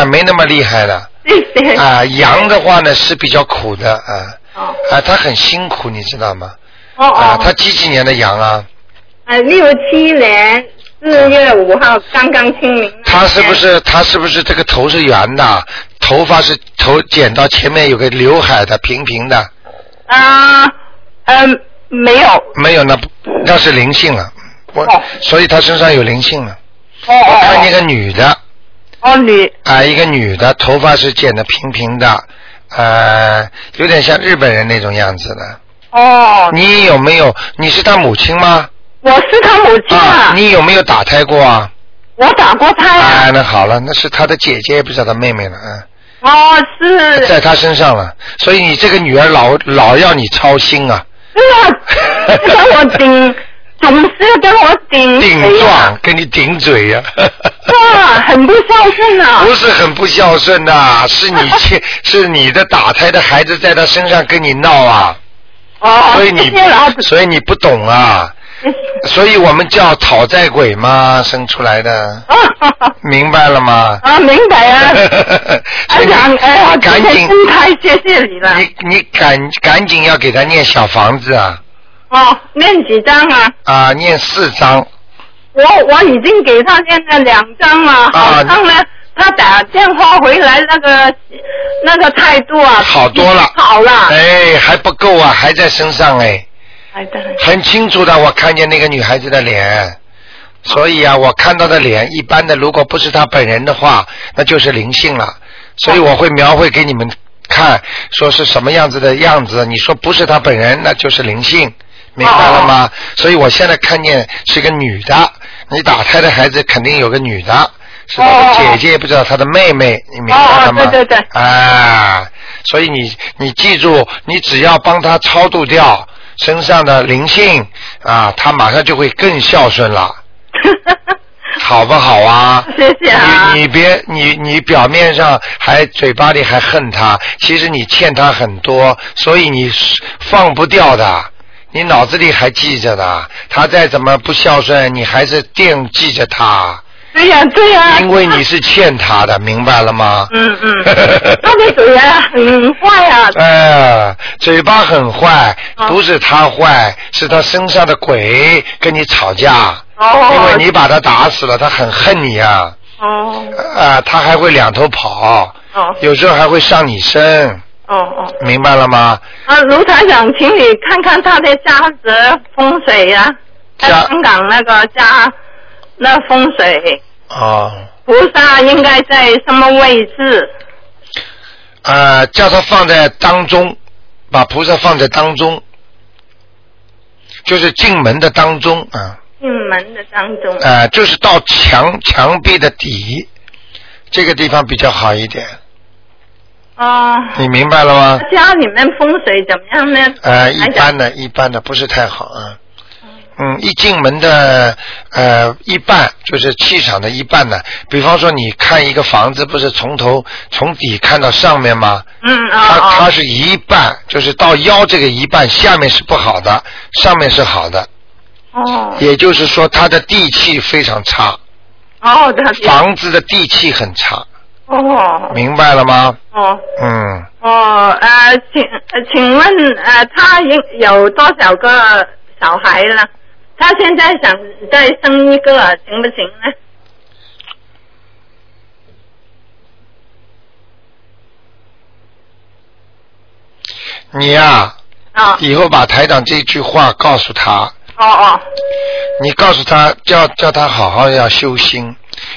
S3: 哦，
S1: 没那么厉害的，
S3: 谢谢。
S1: 啊、羊的话呢是比较苦的，啊、
S3: 哦
S1: 啊、他很辛苦，你知道吗？
S3: 哦
S1: 啊、他
S3: 哦，
S1: 几几年的羊啊？
S3: 呃，六七年四月五号刚刚清嗯明啊那天。
S1: 他是不是他是不是这个头是圆的，头发是头剪到前面有个刘海的平平的？
S3: 啊？嗯、没有。
S1: 没有，那不那是灵性了，我、
S3: 哦
S1: 所以他身上有灵性了。
S3: 哦
S1: 我看见
S3: 哦
S1: 个女的。
S3: 哦，女
S1: 啊，一个女的，头发是剪得平平的，呃，有点像日本人那种样子的。
S3: 哦，
S1: 你有没有？你是她母亲吗？
S3: 我我是他母亲
S1: 啊
S3: 啊，，
S1: 你有没有打胎过啊？
S3: 我打过胎啊。
S1: 哎，那好了，那是他的姐姐，也不是他的妹妹了，嗯，
S3: 哦，是，
S1: 在他身上了，所以你这个女儿老老要你操心啊，
S3: 是啊，跟我 顶，总是跟我顶
S1: 顶
S3: 谁啊
S1: 撞，跟你顶嘴 呀、
S3: 是啊，很不孝顺啊。
S1: 不是很不孝顺呐、是你 欠，是你的打胎的孩子在他身上跟你闹啊，
S3: 哦，
S1: 所以你
S3: 谢谢老 祖，
S1: 所以你不懂啊，所以我们叫讨债鬼嘛，生出来的，
S3: 啊
S1: 明白了吗？
S3: 啊，明白啊。
S1: 所
S3: 哎
S1: 以你
S3: 呀，哎呀，
S1: 赶
S3: 今
S1: 紧
S3: 天，真太谢谢你了。
S1: 你你赶赶紧要给他念小房子啊
S3: 哦，念几张啊？
S1: 啊，念四张
S3: 我我已经给他念了两张了，
S1: 啊
S3: 好像呢，他打电话回来那个那个态度啊，
S1: 好多了
S3: 好了。
S1: 哎，还不够啊，还在身上哎。
S3: 哎，当然
S1: 很清楚的，我看见那个女孩子的脸，所以啊，我看到的脸一般的，如果不是她本人的话，那就是灵性了。所以我会描绘给你们看，说是什么样子的样子。你说不是她本人，那就是灵性，明白了
S3: 哦
S1: 吗？所以我现在看见是个女的，你打胎的孩子肯定有个女的。是她的
S3: 哦哦哦
S1: 姐姐，也不知道她的妹妹，你明白了吗？
S3: 哦哦对对对
S1: 啊，所以你你记住，你只要帮他超度掉身上的灵性啊，他马上就会更孝顺 了，好不好啊？
S3: 谢谢啊
S1: 你你别你你表面上还嘴巴里还恨他，其实你欠他很多，所以你是放不掉的。你脑子里还记着呢，他再怎么不孝顺，你还是惦记着他，
S3: 对呀、啊对呀、
S1: 因为你是欠他的，明白了吗？
S3: 嗯 嗯，那个主人很坏啊，
S1: 哎，嘴巴很坏，
S3: 啊
S1: 不是他坏，是他身上的鬼跟你吵架，因为
S3: 哦
S1: 你把他打死了，他很恨你啊，
S3: 哦
S1: 啊，他还会两头跑，
S3: 哦
S1: 有时候还会上你身，
S3: 哦哦，
S1: 明白了吗？
S3: 啊，卢台长，请你看看他的家宅风水呀、在
S1: 家
S3: 香港那个家那风水，
S1: 哦，
S3: 菩萨应该在什么位置？
S1: 啊，叫他放在当中，把菩萨放在当中，就是进门的当中啊。
S3: 进门的当中。
S1: 呃，就是到墙墙壁的底，这个地方比较好一点，
S3: 哦，
S1: 你明白了吗？
S3: 家里面风水怎么样呢？
S1: 呃，一
S3: 台长
S1: 般的，一般的，不是太好啊。嗯，一进门的呃一半就是气场的一半呢。比方说，你看一个房子，不是从头从底看到上面吗？
S3: 嗯
S1: 它
S3: 哦
S1: 它
S3: 哦
S1: 是一半，就是到腰这个一半，下面是不好的，上面是好的。
S3: 哦
S1: 也就是说，它的地气非常差，
S3: 哦，他
S1: 房子的地气很差，
S3: 哦
S1: 明白了吗？
S3: 哦
S1: 嗯，
S3: 哦呃，请呃请问呃，他应有多少个小孩呢？他现在想再生一个，行不行呢？
S1: 你呀、
S3: 啊、
S1: 以后把台长这句话告诉他，
S3: 哦哦
S1: 你告诉他，叫叫他好好要修心。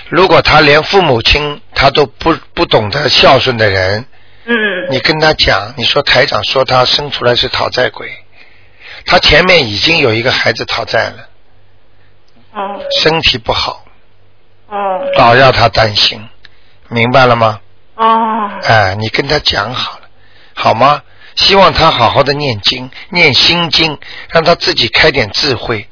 S1: 如果他连父母亲他都不不懂得孝顺的人，
S3: 嗯
S1: 你跟他讲，你说台长说他生出来是讨债鬼，他前面已经有一个孩子讨债了，
S3: 哦
S1: 身体不好，
S3: 哦
S1: 老要他担心，明白了吗？
S3: 哦
S1: 哎，你跟他讲好了，好吗？希望他好好的念经，念心经，让他自己开点智慧。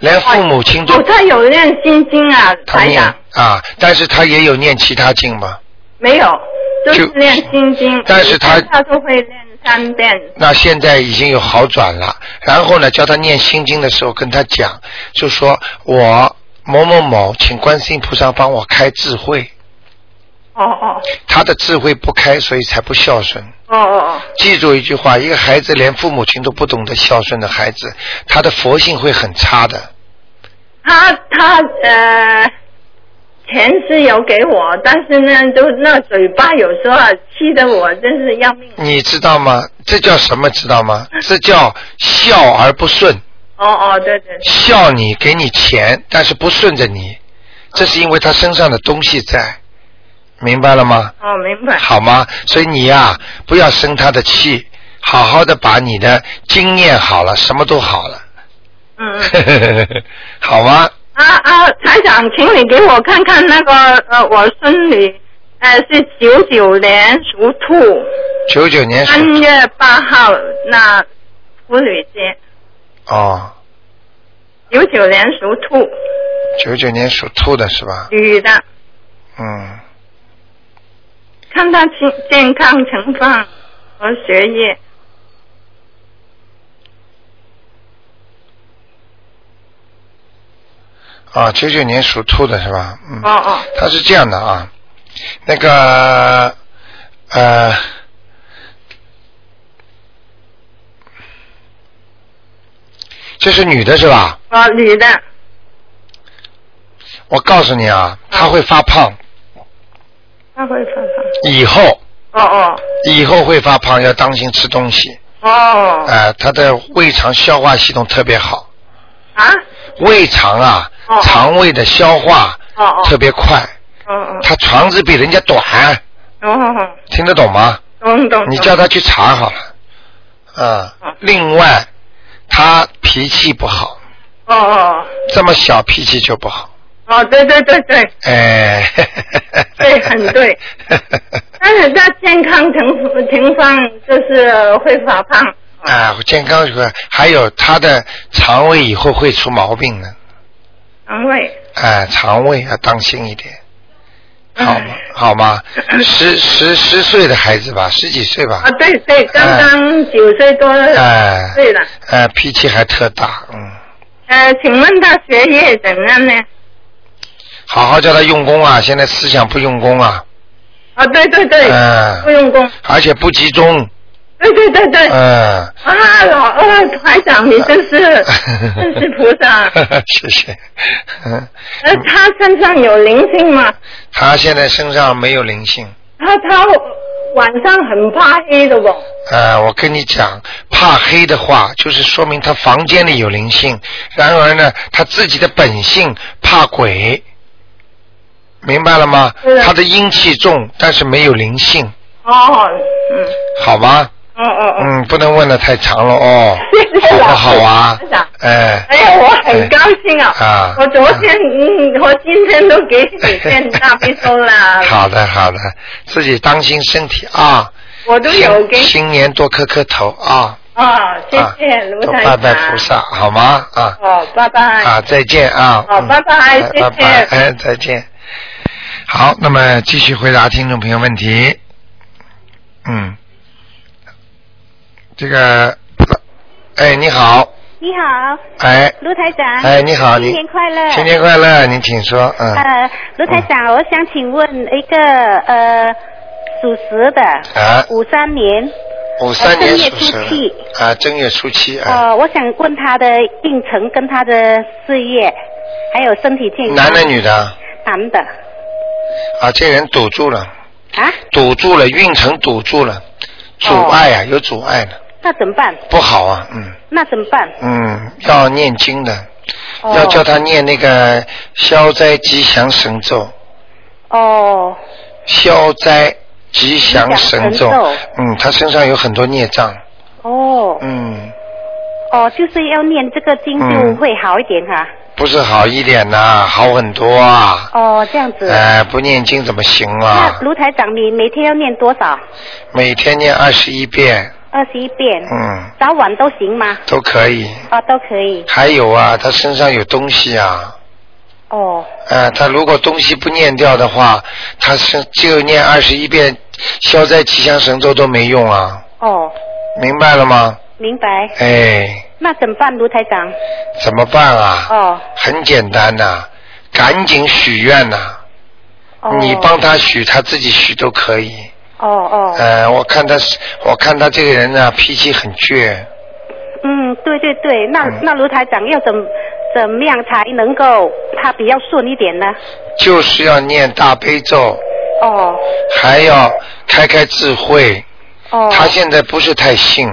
S1: 连父母亲都
S3: 哦，他有念心经啊，
S1: 他
S3: 台
S1: 念
S3: 长
S1: 啊，但是他也有念其他经嘛。
S3: 没有，就是
S1: 就
S3: 念心经，
S1: 但是他
S3: 他都会念三遍。
S1: 那现在已经有好转了。然后呢，教他念心经的时候，跟他讲，就说我某某某，请观世音菩萨帮我开智慧。
S3: 哦哦
S1: 他的智慧不开，所以才不孝顺。
S3: 哦哦
S1: 记住一句话：一个孩子连父母亲都不懂得孝顺的孩子，他的佛性会很差的。
S3: 哦，他他呃，钱是有给我，但是呢，就那嘴巴有时候啊气得我真是要命。
S1: 你知道吗？这叫什么？知道吗？这叫孝而不顺。
S3: 哦哦，对对，
S1: 孝你，给你钱，但是不顺着你，这是因为他身上的东西在，明白了吗？
S3: 哦明白。
S1: 好吗？所以你呀、不要生他的气，好好的把你的经念好了，什么都好了，
S3: 嗯嗯。
S1: 好吗？
S3: 啊啊，台长，请你给我看看那个呃，我孙女，呃，是九九年属兔，
S1: 九九年属
S3: 三月八号那妇女节，
S1: 哦，
S3: 九九年属兔，
S1: 九九年属兔的是吧？
S3: 女的，
S1: 嗯，
S3: 看她健健康情况和学业，
S1: 啊，九九年属兔的是吧？嗯。
S3: 哦哦，
S1: 他是这样的啊，那个呃，这是女的是吧？
S3: 哦，女的，
S1: 我告诉你啊，
S3: 嗯
S1: 她会发胖，
S3: 她会发胖，
S1: 以后
S3: 哦
S1: 以后会发胖，要当心吃东西。
S3: 哦哦，
S1: 呃，她的胃肠消化系统特别好，
S3: 啊，
S1: 胃肠啊
S3: 哦，
S1: 肠胃的消化
S3: 哦哦，
S1: 特别快，
S3: 哦哦，
S1: 她肠子比人家短，
S3: 哦哦，
S1: 听得懂吗？
S3: 懂懂，
S1: 你
S3: 懂
S1: 叫他去查好了。 啊、
S3: 嗯
S1: 另外，他脾气不好，
S3: 哦哦
S1: 这么小脾气就不好。
S3: 哦，对对对对，
S1: 哎，
S3: 对很对。但是她健康情情况就是会发胖，
S1: 啊，健康有个，还有他的肠胃以后会出毛病的，
S3: 肠胃，
S1: 哎，肠胃要当心一点，好
S3: 哎
S1: 吗？好 吗？十十十岁的孩子吧，十几岁吧
S3: 啊，，对对，刚刚九岁多
S1: 哎
S3: 岁了。
S1: 哎，脾气还特大，嗯，
S3: 呃，请问他学业怎样呢？
S1: 好好叫他用功啊，现在思想不用功啊，
S3: 啊，对对对，
S1: 嗯
S3: 不用功，
S1: 而且不集 中，
S3: 对对对对。
S1: 嗯。
S3: 啊，老二台长，你真 是真是菩萨。
S1: 谢谢。 嗯
S3: 呃，他身上有灵性吗？
S1: 他现在身上没有灵性。
S3: 他他晚上很怕黑的哦。
S1: 呃，我跟你讲，怕黑的话，就是说明他房间里有灵性。然而呢，他自己的本性怕鬼，明白了吗
S3: 是？的
S1: 他的阴气重，但是没有灵性，
S3: 哦，嗯，
S1: 好吗？
S3: 哦哦哦，
S1: 嗯，不能问的太长了哦，
S3: 谢谢
S1: 好不
S3: 老师
S1: 好啊
S3: 台长？
S1: 哎，
S3: 哎呀，我很高兴啊！
S1: 哎啊
S3: 我昨天、嗯，我今天都给你念大悲咒啦，
S1: 好的，好的，自己当心身体啊。
S3: 我都有给
S1: 新新年多磕磕头啊！
S3: 啊、谢
S1: 啊
S3: 谢卢
S1: 多
S3: 台
S1: 拜
S3: 长，
S1: 拜菩萨，好吗？啊
S3: 哦，拜拜。
S1: 啊，再见啊！
S3: 好
S1: 嗯
S3: 拜拜
S1: 哎
S3: 谢
S1: 拜拜
S3: 谢
S1: 哎，再见。好，那么继续回答听众朋友问题。嗯，这个，哎，你好，
S4: 你好，
S1: 哎，
S4: 卢台长。
S1: 哎，你好，你
S4: 新年快乐。
S1: 新年快乐，您请说，嗯，
S4: 呃，卢台长，我想请问一个呃属蛇的，
S1: 啊，
S4: 五三年，
S1: 五哦三年
S4: 呃正月
S1: 属蛇
S4: 初七
S1: 的啊，正月初七啊，
S4: 呃，我想问他的运程跟他的事业，还有身体健康。
S1: 男的？女的啊
S4: 男的。
S1: 啊？这人堵住了。
S4: 啊？
S1: 堵住了，运程堵住
S4: 哦
S1: 了，阻碍啊，有阻碍了，
S4: 那怎么办？
S1: 不好啊，嗯
S4: 那怎么办？
S1: 嗯，要念经的，
S4: 哦
S1: 要叫他念那个消灾吉祥神咒，
S4: 哦
S1: 消灾吉祥神
S4: 吉祥神咒
S1: 嗯，他身上有很多孽障，
S4: 哦、
S1: 嗯，
S4: 哦，就是要念这个经就
S1: 嗯
S4: 会好一点哈、
S1: 不是好一点呐、好很多啊，
S4: 哦，这样子。
S1: 哎，不念经怎么行
S4: 那
S1: 啊？
S4: 卢台长，你每天要念多少？
S1: 每天念二十一遍，
S4: 二十一遍，
S1: 嗯，
S4: 早晚都行吗？
S1: 都可以。
S4: 哦，都可以。
S1: 还有啊，他身上有东西啊，
S4: 哦
S1: 呃，他如果东西不念掉的话，他是就念二十一遍消灾吉祥神咒都没用啊，
S4: 哦，
S1: 明白了吗？
S4: 明白。
S1: 哎，
S4: 那怎么办，卢台长？
S1: 怎么办啊？
S4: 哦
S1: 很简单呐、赶紧许愿呐、
S4: 哦。
S1: 你帮他许，他自己许都可以。
S4: 哦哦，
S1: 呃，我看他是，我看他这个人呢、脾气很倔，
S4: 嗯，对对对，那、
S1: 嗯
S4: 那卢台长要怎么怎么样才能够他比较顺一点呢？
S1: 就是要念大悲咒，
S4: 哦
S1: 还要开开智慧。
S4: 哦，
S1: 他现在不是太信。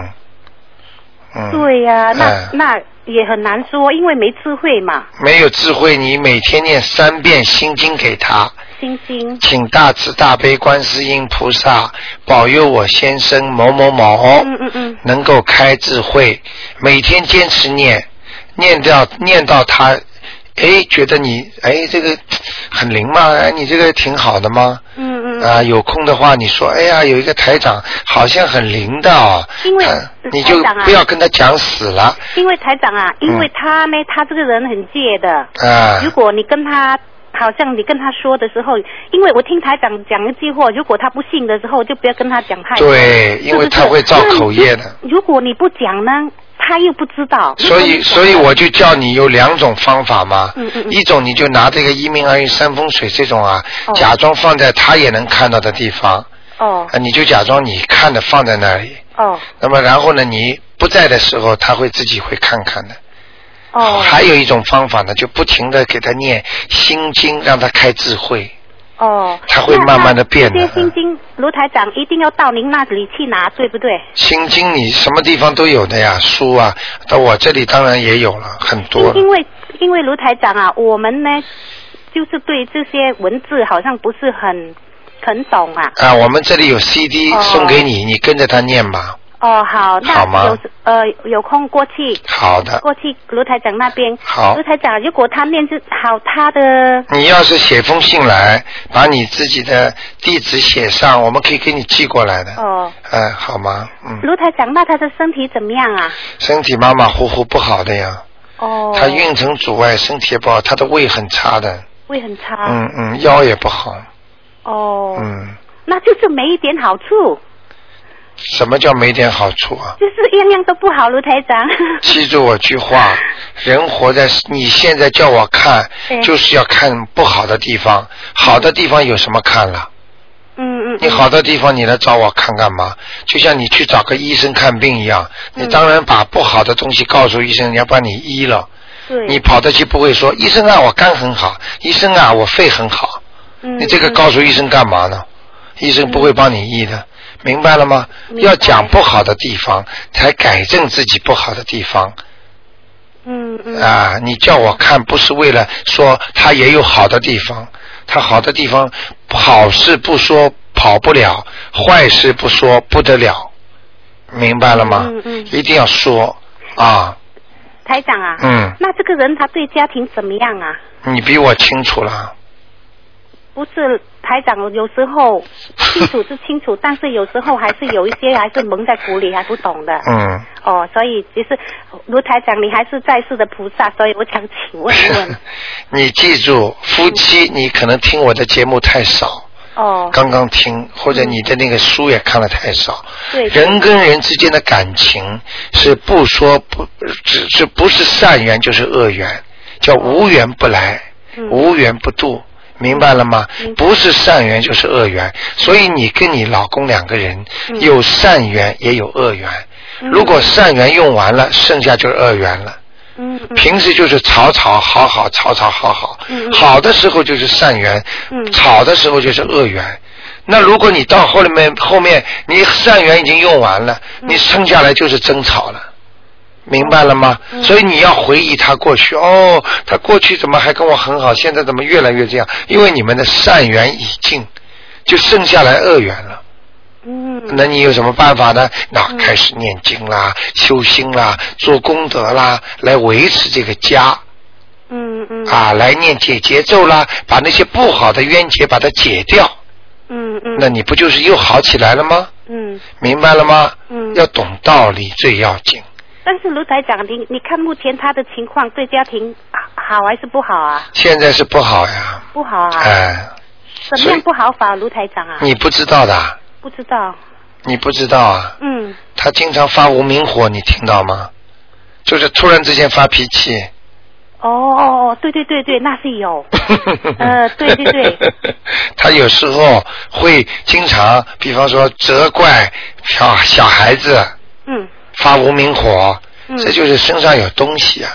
S1: 嗯。
S4: 对呀、那、
S1: 哎
S4: 那也很难说，因为没智慧嘛，
S1: 没有智慧，你每天念三遍心经给他，
S4: 星星
S1: 请大慈大悲观世音菩萨保佑我先生某某某
S4: 嗯嗯嗯，
S1: 能够开智慧，每天坚持念。念掉念到他，哎，觉得你哎这个很灵嘛，哎你这个挺好的嘛，
S4: 嗯嗯，
S1: 啊有空的话你说哎呀有一个台长好像很灵的、哦，
S4: 因为
S1: 啊
S4: 呃
S1: 你就
S4: 台长啊
S1: 不要跟他讲死了
S4: 因为台长啊，因
S1: 嗯
S4: 为他呢，他这个人很倔的，
S1: 啊
S4: 如果你跟他。好像你跟他说的时候，因为我听台长讲一句话，如果他不信的时候，就不要跟他讲太多。
S1: 对，因为
S4: 是不是
S1: 他会造口业的。。
S4: 那你如果你不讲呢，他又不知道。
S1: 所以，所以我就叫你有两种方法嘛，
S4: 嗯嗯嗯
S1: 一种你就拿这个一命二运三风水这种啊，
S4: 哦
S1: 假装放在他也能看到的地方，
S4: 哦
S1: 啊，你就假装你看的放在那里，
S4: 哦
S1: 那么然后呢，你不在的时候，他会自己会看看的。
S4: 哦
S1: 还有一种方法呢，就不停的给他念心经，让他开智慧。
S4: 哦，
S1: 他会慢慢地变的
S4: 那那这些心经，卢台长一定要到您那里去拿，对不对？
S1: 心经你什么地方都有的呀，书啊，到我这里当然也有了很多
S4: 因
S1: 了
S4: 因。为因为卢台长啊，我们呢，就是对这些文字好像不是很很懂啊。
S1: 啊，我们这里有 CD
S4: 哦
S1: 送给你，你跟着他念吧。
S4: 哦，好，
S1: 好吗
S4: 那有时呃有空过去
S1: 好的，
S4: 过去卢台长那边。
S1: 啊好
S4: 卢台长，如果他念是好他的
S1: 你要是写封信来，把你自己的地址写上，我们可以给你寄过来的。
S4: 哦，
S1: 嗯，好吗？嗯，
S4: 卢台长，那他的身体怎么样啊？
S1: 身体马马虎虎不好的呀，
S4: 哦，
S1: 他运程阻碍，身体也不好，他的胃很差的，
S4: 胃很差。
S1: 嗯嗯，腰也不好，
S4: 哦，
S1: 嗯，
S4: 那就是没一点好处，
S1: 什么叫没点好处啊？
S4: 就是样样都不好，卢台 长。
S1: 记住我句话，人活在你现在叫我看，
S4: 对
S1: 就是要看不好的地方，好的地方有什么看了？
S4: 嗯嗯。嗯
S1: 你。好的地方你来找我看干嘛？就像你去找个医生看病一样，你
S4: 嗯
S1: 当然把不好的东西告诉医生，人家帮你医了。
S4: 对。
S1: 你跑得去不会说，医生啊，我肝很好，医生啊，我肺很好，
S4: 嗯
S1: 你这个
S4: 嗯
S1: 告诉医生干嘛呢？医生不会帮你医的，明白了吗？
S4: 明白
S1: 要讲不好的地方，才改正自己不好的地方
S4: 嗯嗯。
S1: 啊！你叫我看，不是为了说他也有好的地方，他好的地方，好事不说跑不了，坏事不说不得了，明白了吗？
S4: 嗯嗯
S1: 一定要说啊，
S4: 台长啊，
S1: 嗯，
S4: 那这个人他对家庭怎么样啊？
S1: 你比我清楚了。
S4: 不是台长，有时候清楚是清楚，但是有时候还是有一些还是蒙在鼓里，还不懂的。
S1: 嗯，。
S4: 哦，所以其实呃卢台长，你还是在世的菩萨，所以我想请问一问
S1: 你记住，夫妻，你可能听我的节目太少，
S4: 哦，
S1: 刚刚听，或者你的那个书也看了太少。
S4: 对，
S1: 人跟人之间的感情是不说不，只是不是善缘就是恶缘，叫无缘不来，
S4: 嗯
S1: 无缘不渡。明白了吗
S4: 明？白
S1: 不是善缘就是恶缘，所以你跟你老公两个人
S4: 嗯
S1: 有善缘也有恶缘。
S4: 嗯
S1: 如果善缘用完了，剩下就是恶缘了。
S4: 嗯嗯
S1: 平时就是吵吵好好，吵吵好好，
S4: 嗯嗯
S1: 好的时候就是善缘，
S4: 嗯
S1: 吵的时候就是恶缘。那如果你到后面后面你善缘已经用完了，
S4: 嗯
S1: 你剩下来就是争吵了。明白了吗？
S4: 嗯
S1: 所以你要回忆他过去哦，他过去怎么还跟我很好，现在怎么越来越这样？因为你们的善缘已尽，就剩下来恶缘了。
S4: 嗯
S1: 那你有什么办法呢？那开始念经啦、修心啦、做功德啦，来维持这个家
S4: 嗯嗯
S1: 啊，来念解结咒啦，把那些不好的冤结把它解掉，
S4: 嗯嗯，
S1: 那你不就是又好起来了吗？
S4: 嗯
S1: 明白了吗？
S4: 嗯，
S1: 要懂道理最要紧。
S4: 但是卢台长，你你看目前他的情况对家庭啊好还是不好啊？
S1: 现在是不好呀，
S4: 不好啊，
S1: 哎，
S4: 怎么
S1: 所以
S4: 样不好法？卢台长啊，
S1: 你不知道的啊，
S4: 不知道，
S1: 你不知道啊，
S4: 嗯，
S1: 他经常发无名火，你听到吗？就是突然之间发脾气。
S4: 哦
S1: 啊
S4: 哦哦，对对对对，那是 有，呃对对对。
S1: 他有时候会经常，比方说责怪小小孩子
S4: 嗯
S1: 发无名火，
S4: 嗯，
S1: 这就是身上有东西啊。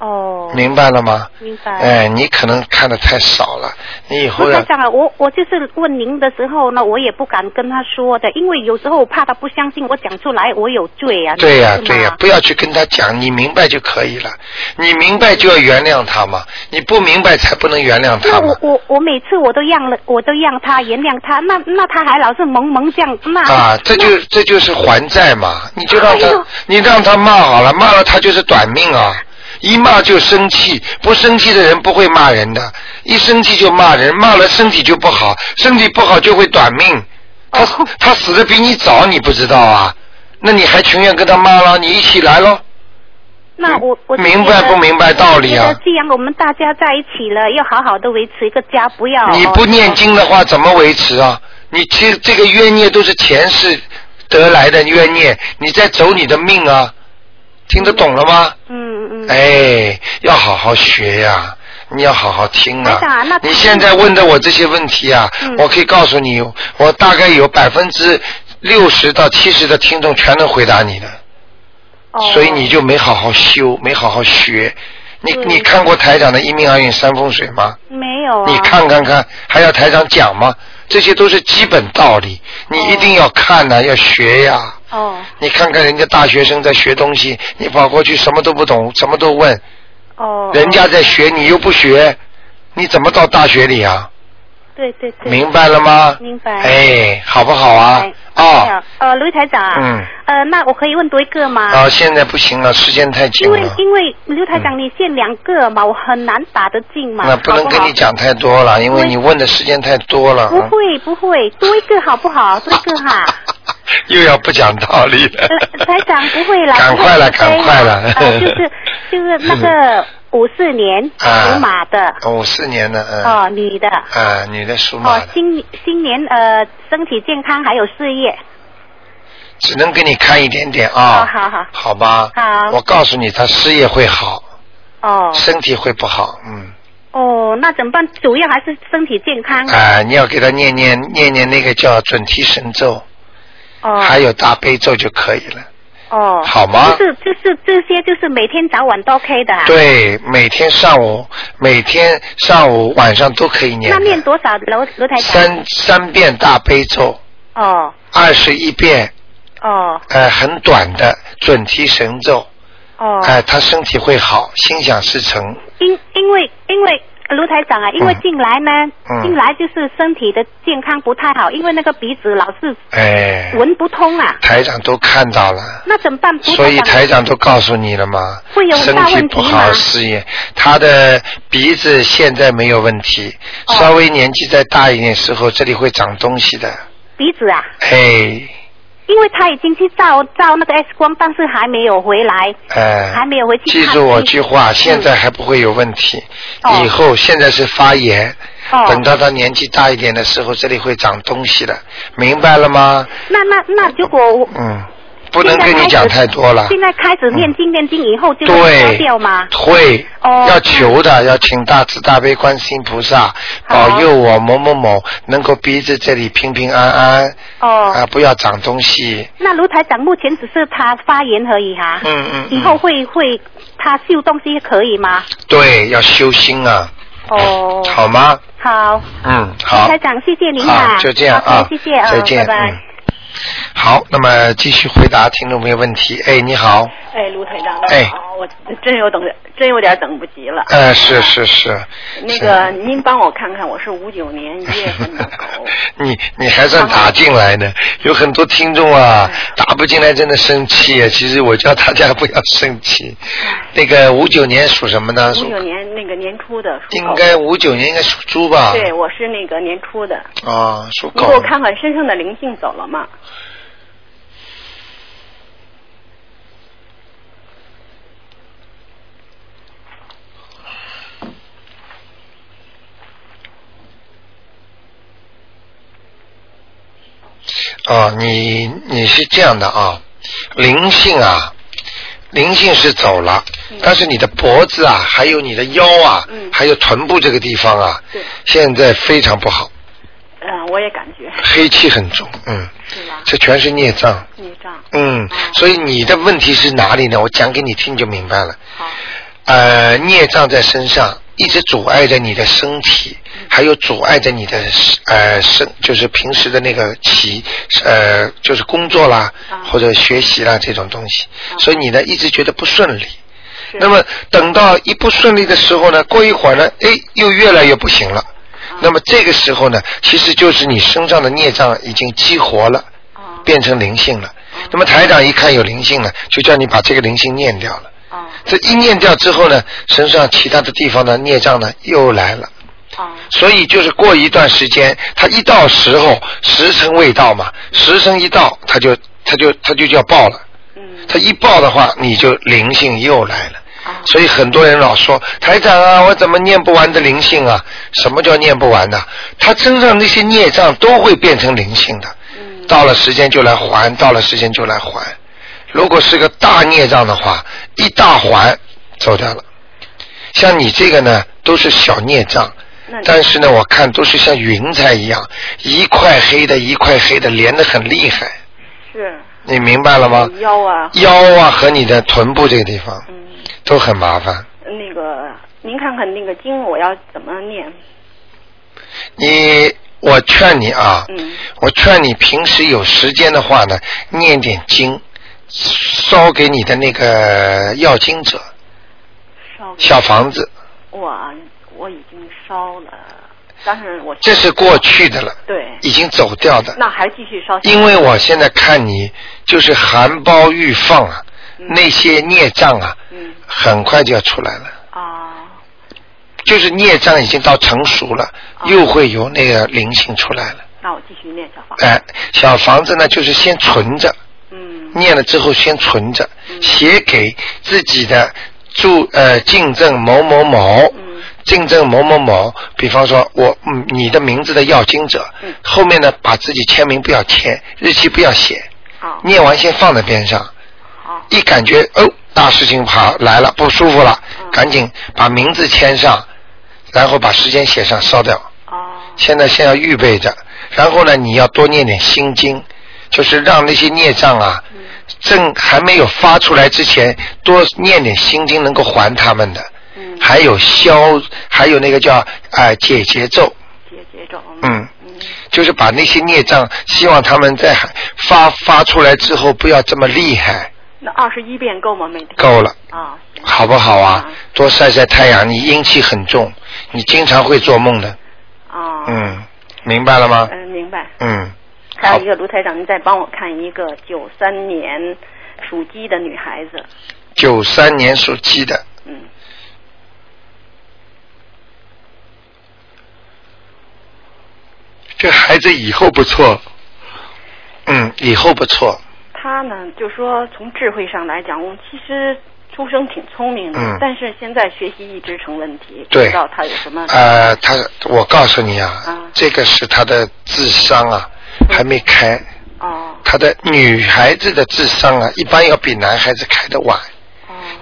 S4: 哦，
S1: 明白了吗？
S4: 明白。
S1: 哎，你可能看的太少了，你以后
S4: 我
S1: 要
S4: 台长啊，我我就是问您的时候呢，我也不敢跟他说的，因为有时候我怕他不相信我讲出来，我有罪呀、啊。
S1: 对呀、
S4: 是吗
S1: 对呀、不要去跟他讲，你明白就可以了。你明白就要原谅他嘛，你不明白才不能原谅
S4: 那
S1: 他嘛
S4: 我。我我每次我都让了，我都让他原谅他，那那他还老是萌萌这样，那
S1: 啊，这就这就是还债嘛，你就让他，
S4: 哎呦
S1: 你让他骂好了，骂了他就是短命啊。一骂就生气，不生气的人不会骂人的，一生气就骂人，骂了身体就不好，身体不好就会短命。他、
S4: 哦
S1: 他死的比你早，你不知道啊？那你还情愿跟他骂了？你一起来喽？
S4: 那我我
S1: 明白不明白道理啊
S4: 我觉得既然我们大家在一起了，要好好的维持一个家，不要哦
S1: 你不念经的话，怎么维持啊？你其实这个冤孽都是前世得来的冤孽，你在走你的命啊！听得懂了吗？
S4: 嗯嗯。
S1: 哎，要好好学呀、你要好好听啊
S4: 台长哎那！
S1: 你现在问的我这些问题啊，
S4: 嗯
S1: 我可以告诉你，我大概有百分之六十到七十的听众全能回答你的。
S4: 哦
S1: 所以你就没好好修，没好好学。你
S4: 对
S1: 你看过台长的一命二运三风水吗？
S4: 没有啊？
S1: 你看看看，还要台长讲吗？这些都是基本道理，你一定要看呐、要学呀、
S4: 哦
S1: 你看看人家大学生在学东西，你跑过去什么都不懂，什么都问，
S4: 哦，
S1: 人家在学，你又不学，你怎么到大学里啊？
S4: 对对对，
S1: 明白了吗？
S4: 明白
S1: 哎，好不好啊
S4: 哎？
S1: 哦，
S4: 呃，卢台长啊，
S1: 嗯
S4: 呃，那我可以问多一个吗？
S1: 啊，现在不行了，时间太紧
S4: 因为
S1: 了。
S4: 因为刘台长，你限两个嘛，我很难打得进嘛，
S1: 那不能
S4: 好
S1: 跟
S4: 好
S1: 你。讲太多了，因为
S4: 我
S1: 你问的时间太多了。啊
S4: 不会不会，多一个好不好？多一 个哈。
S1: 又要不讲道理了。
S4: 啊呃，台长不会啦，
S1: 赶快了，
S4: 不会
S1: 赶快嗯了。
S4: 呃，就是就是那个五四年
S1: 啊
S4: 属马的，
S1: 哦五四年的，嗯。
S4: 哦，女的，
S1: 啊，女的属马
S4: 哦
S1: 的，，
S4: 新新年呃，身体健康还有事业，
S1: 只能给你看一点点
S4: 哦
S1: 啊。
S4: 好好
S1: 好吧。
S4: 好
S1: 我告诉你，她事业会好，
S4: 哦
S1: 身体会不好，嗯。
S4: 哦，那怎么办？主要还是身体健康，
S1: 啊，你要给她念念念念那个叫准提神咒，
S4: 哦
S1: 还有大悲咒就可以了。
S4: 哦，
S1: 啊好吗
S4: 就是就是这些，就是每天早晚都 OK 的啊。
S1: 对，每天上午、每天上午、晚上都可以念
S4: 那
S1: 的。
S4: 念多少楼楼台长？
S1: 三三遍大悲咒，
S4: 哦
S1: 二十一遍，
S4: 哦
S1: 呃，很短的准提神咒，
S4: 哦，
S1: 哎、他身体会好，心想事成。
S4: 因因为因为卢台长啊，因为
S1: 嗯
S4: 近来呢，
S1: 嗯
S4: 近来就是身体的健康不太好，因为那个鼻子老是
S1: 哎，
S4: 闻不通啊，
S1: 台长都看到了，
S4: 那怎么办？卢
S1: 所以
S4: 台
S1: 台
S4: 长啊
S1: 长都告诉你了嘛
S4: 会有，
S1: 身
S4: 大
S1: 体
S4: 问题
S1: 不好，
S4: 吗
S1: 事业。他的鼻子现在没有问题，
S4: 哦
S1: 稍微年纪再大一点时候，这里会长东西的。
S4: 鼻子啊，
S1: 哎，
S4: 因为他已经去照照那个 X 光，但是还没有回来，
S1: 哎，
S4: 还没有回去
S1: 记
S4: 看
S1: 住我
S4: 医
S1: 句话，现在还不会有问题，
S4: 哦
S1: 以后现在是发炎，
S4: 哦
S1: 等到他年纪大一点的时候，这里会长东西的，明白了吗？
S4: 那那那如果我
S1: 嗯，不能跟你讲太多了。
S4: 现在开始念经念经以后就会消
S1: 对
S4: 掉吗？，
S1: 会、
S4: 哦
S1: 要求的，要请大慈大悲观世音菩萨
S4: 好
S1: 保佑我某某某能够鼻子这里平平安安、
S4: 哦，
S1: 啊，不要长东西。
S4: 那卢台长目前只是他发炎而已哈、
S1: 嗯嗯嗯
S4: 以后会会他修东西可以吗？
S1: 对，要修心啊，
S4: 哦，
S1: 好吗？
S4: 好，
S1: 嗯，好。
S4: 台长，谢谢您啊，
S1: 好，就这样啊
S4: o，谢谢啊，
S1: 再见，
S4: 拜拜。
S1: 嗯。好，那么继续回答听众朋友问题。哎，你好，
S5: 哎，卢台长，
S1: 哎
S3: 哦
S5: 好我真有等，真有点等不及了。
S1: 呃，是是是，
S5: 那个，您帮我看看，我是五九年一月份的狗。
S1: 你你还算打进来呢，有很多听众啊，打不进来真的生气啊。其实我叫大家不要生气。那个五九年属什么呢？属
S5: 五九年那个年初的属
S1: 应
S5: 狗，
S1: 该五九年应该属猪吧？
S5: 对，我是那个年初的。
S1: 啊，属
S5: 你
S1: 狗。
S5: 给我看看身上的灵性走了吗？
S1: 哦，你你是这样的啊，灵性啊，灵性是走了，但是你的脖子啊，还有你的腰啊，
S5: 嗯
S1: 还有臀部这个地方啊
S5: 对，
S1: 现在非常不好，
S5: 嗯、我也感觉
S1: 黑气很重，嗯，
S5: 是吧？
S1: 这全是孽障，
S5: 孽障。
S1: 嗯
S5: 哦，
S1: 所以你的问题是哪里呢？我讲给你听就明白了。
S5: 好，
S1: 啊、呃孽障在身上，一直阻碍着你的身体，还有阻碍着你的呃身，就是平时的那个起呃就是工作啦或者学习啦这种东西，所以你呢一直觉得不顺利。那么等到一不顺利的时候呢，过一会儿呢，哎，又越来越不行了。那么这个时候呢，其实就是你身上的孽障已经激活了，变成灵性了。那么台长一看有灵性了，就叫你把这个灵性念掉了。这一念掉之后呢，身上其他的地方的孽障呢又来了。所以就是过一段时间，它一到时候时辰未到嘛，时辰一到，它就它就它就叫爆了。它一爆的话，你就灵性又来了。所以很多人老说台长啊，我怎么念不完的灵性啊？什么叫念不完呢、他身上那些孽障都会变成灵性的，到了时间就来还，到了时间就来还。如果是个大孽障的话，一大还走掉了。像你这个呢，都是小孽障，
S3: 嗯
S1: 但是呢，我看都是像云彩一样，一块黑的，一块黑的，连得很厉害。
S5: 是
S1: 你明白了吗？
S3: 嗯
S5: 腰啊，嗯
S1: 腰啊和你的臀部这个地方，都很麻烦。
S5: 那个您看看那个经我要怎么念？
S1: 你，我劝你啊，
S3: 嗯
S5: 嗯
S1: 我劝你平时有时间的话呢，念点经，烧给你的那个要经者
S5: 烧给
S1: 小房子，
S5: 我我已经烧了，但是我
S1: 这是过去的了，
S5: 对，
S1: 已经走掉的。
S5: 那还继续烧。
S1: 因为我现在看你就是含苞欲放啊，
S5: 嗯
S1: 那些孽障啊，很快就要出来了。啊。就是孽障已经到成熟了，
S5: 啊
S1: 又会有那个灵性出来了。
S5: 那我继续念小房
S1: 哎、小房子呢，就是先存着。嗯。念了之后先存着，写给自己的住呃敬赠某某某。
S6: 嗯
S1: 敬赠某某某，比方说我嗯你的名字的要经者，后面呢把自己签名不要签，日期不要写，念完先放在边上，一感觉哦大事情跑来了不舒服了，赶紧把名字签上，然后把时间写上烧掉。
S6: 哦
S1: 现在先要预备着，然后呢，你要多念点心经，就是让那些孽障啊，正还没有发出来之前，多念点心经，能够还他们的。
S5: 嗯
S1: 还有消，还有那个叫啊、呃解结咒。解结咒。嗯。就是把那些孽障，希望他们在还发发出来之后不要这么厉害，
S5: 那二十一遍够吗？每天
S1: 够了，
S5: 啊，
S1: 好不好啊？多晒晒太阳，你阴气很重，你经常会做梦的。
S5: 啊，
S1: 嗯，明白了吗？
S5: 嗯，明白。
S1: 嗯，
S5: 还有一个卢台长，您再帮我看一个九三年属鸡的女孩子，
S1: 九三年属鸡的。
S5: 嗯。
S1: 这孩子以后不错。嗯，以后不错。
S5: 她呢，就说从智慧上来讲，我其实出生挺聪明的，
S1: 嗯
S5: 但是现在学习一直成问题，不
S1: 对
S5: 知道她有什么
S1: 呃，他，我告诉你啊，这个是他的智商啊，还没开。哦。他的女孩子的智商啊，一般要比男孩子开的晚。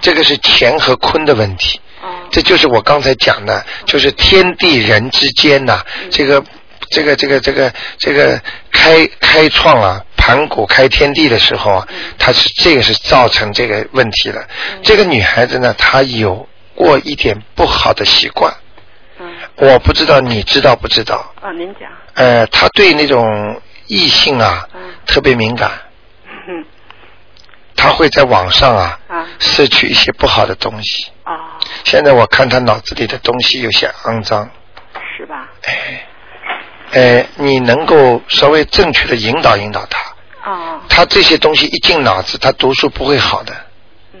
S1: 这个是乾和坤的问题。这就是我刚才讲的，就是天地人之间呐、这个这个这个这个这个开开创啊，盘古开天地的时候啊，它是这个是造成这个问题的。这个女孩子呢，她有过一点不好的习惯，我不知道你知道不知道？
S5: 嗯啊，您讲，
S1: 呃，她对那种异性啊特别敏感，
S5: 嗯
S1: 她会在网上啊
S5: 啊
S1: 摄取一些不好的东西。
S5: 啊，
S1: 现在我看他脑子里的东西有些肮脏，
S5: 是吧？
S1: 呃，你能够稍微正确的引导引导他。
S5: 啊，
S1: 他这些东西一进脑子，他读书不会好的。
S5: 嗯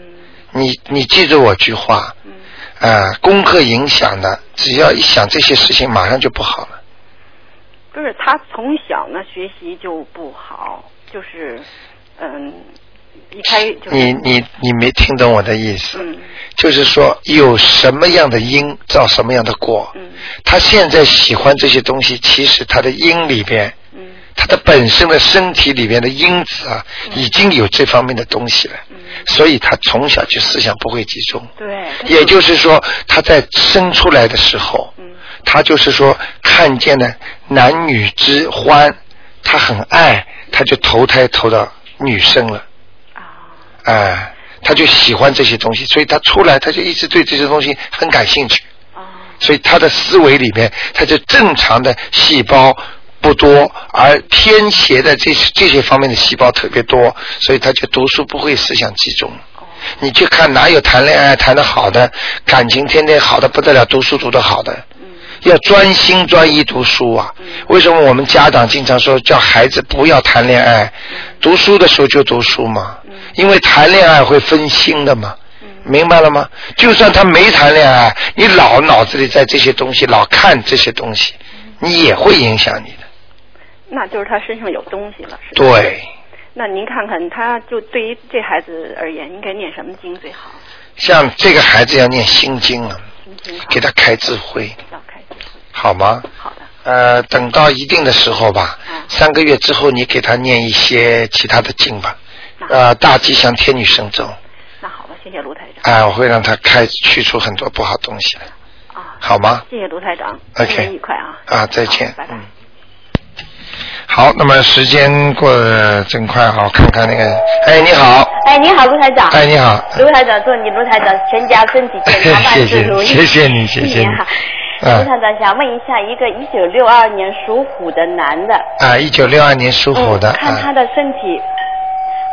S1: 你你记住我句话，啊，功课影响的，只要一想这些事情，马上就不好了。
S5: 不是，她从小呢学习就不好，就是嗯，一开就是
S1: 你你你没听懂我的意思，
S5: 嗯
S1: 就是说有什么样的因造什么样的果。
S3: 嗯
S5: 嗯
S1: 他现在喜欢这些东西，其实他的因里边，
S5: 嗯
S1: 他的本身的身体里边的因子啊，已经有这方面的东西了，所以他从小就思想不会集中。
S5: 对，她
S1: 也就是说，他在生出来的时候，他就是说看见了男女之欢，他很爱，他就投胎投到女生了。啊，哎、他就喜欢这些东西，所以他出来他就一直对这些东西很感兴趣。
S5: 啊
S1: 所以他的思维里面，他就正常的细胞不多，而偏斜的这这些方面的细胞特别多，所以他就读书不会，思想集中。你去看哪有谈恋爱谈得好的，感情天天好的不得了，读书读得好的，要专心专一读书啊。为什么我们家长经常说叫孩子不要谈恋爱，读书的时候就读书嘛，因为谈恋爱会分心的嘛。明白了吗？就算他没谈恋爱，你老脑子里在这些东西，老看这些东西，你也会影响你的。
S5: 那就是他身上有东西了，是吧？
S1: 对，
S5: 那您看看，他就对于这孩子而言，应该念什么经最好？
S1: 像这个孩子要念心经啊，
S5: 心经好，
S1: 给他开智慧，
S5: 要开智慧。
S1: 好吗？
S5: 好的，嗯
S1: 呃，等到一定的时候吧，三个月之后，你给他念一些其他的经吧，呃，大吉祥天女神咒，
S5: 那好吧，谢谢卢台长
S1: 啊、我会让他开去除很多不好东西的，
S5: 啊，
S1: 好吗？
S5: 谢谢卢台长，
S1: OK
S5: 新年愉快啊！
S1: 啊，再见
S5: 好。拜拜
S1: 嗯。好，那么时间过得真快啊！我看看那个，哎，你好，
S6: 哎，你好，陆台长。
S1: 哎，你好，
S6: 卢台长，祝你卢台长全家身体健康，万
S1: 谢
S6: 事
S1: 谢
S6: 如，意。
S1: 谢谢你，谢谢你
S6: 你好。卢
S1: 嗯，
S6: 台长，想问一下，一个一九六二年属虎的男的，
S1: 啊，一九六二年属虎的
S6: 嗯，看他
S1: 啊，
S6: 的身体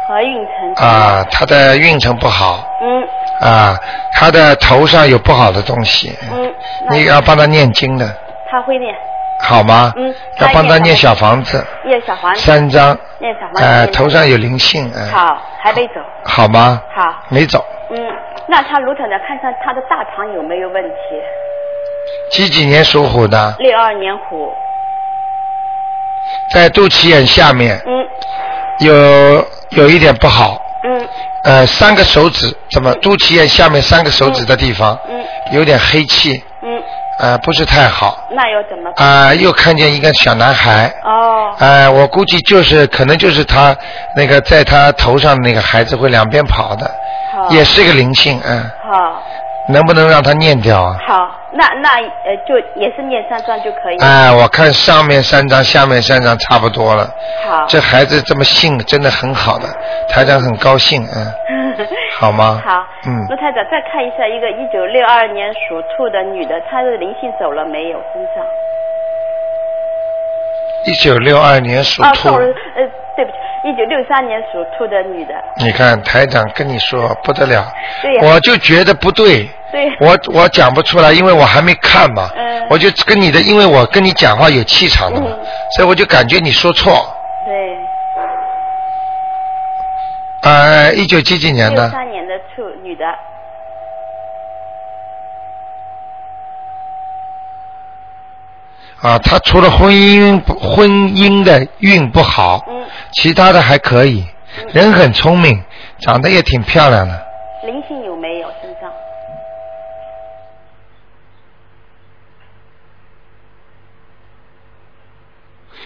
S6: 和运程。
S1: 啊，他的运程不好，
S6: 嗯
S1: 啊，他的头上有不好的东西，
S6: 嗯，
S1: 你
S6: 那
S1: 要帮他念经的，
S6: 他会念，
S1: 好吗？
S6: 嗯
S1: 要帮他
S6: 他念
S1: 念
S6: 什嗯
S1: 小房子
S6: 念小黄，
S1: 三张，
S6: 念小黄子。
S1: 呃，
S6: 念
S1: 头上有灵性，嗯，
S6: 嗯好，还没走。
S1: 好吗？
S6: 好，
S1: 没走，
S6: 嗯，那他卢台长看看他的大肠有没有问题？
S1: 几几年属虎的？
S6: 六二年虎，
S1: 在肚脐眼下面
S6: 嗯
S1: 有有一点不好，
S6: 嗯
S1: 呃，三个手指怎么肚脐眼下面三个手指的地方
S6: 嗯
S1: 有点黑气，
S6: 嗯，
S1: 呃，不是太好，
S6: 那又怎么办？
S1: 啊、又看见一个小男孩，
S6: 哦，
S1: 呃，我估计就是可能就是他那个在他头上那个孩子会两边跑的，
S6: 好，
S1: 也是一个灵性，嗯、
S6: 好。
S1: 能不能让他念掉啊？
S6: 好，那那呃，就也是念三张就可以。
S1: 哎、我看上面三张，下面三张差不多了。
S6: 好，
S1: 这孩子这么信，真的很好的，台长很高兴，嗯、好吗？
S6: 好。
S1: 嗯
S6: 陆太太再看一下一个一九六二年属兔的女的，她的灵性走了没有？身上？
S1: 一九六二年属
S6: 哦，
S1: 兔，
S6: 走了。呃，对不起，一九六三年属兔的女的。
S1: 你看台长跟你说不得了，
S6: 对呀、
S1: 我就觉得不对，
S6: 对呀、
S1: 我我讲不出来，因为我还没看嘛，
S6: 嗯
S1: 我就跟你的，因为我跟你讲话有气场的嘛，
S6: 嗯
S1: 所以我就感觉你说错。
S6: 对。
S1: 呃，一九几几年
S6: 六
S1: 的？
S6: 三年的兔女的，
S1: 啊，他除了婚姻婚姻的运不好，
S6: 嗯，
S1: 其他的还可以，人很聪明，长得也挺漂亮的。
S6: 灵性有没有身上？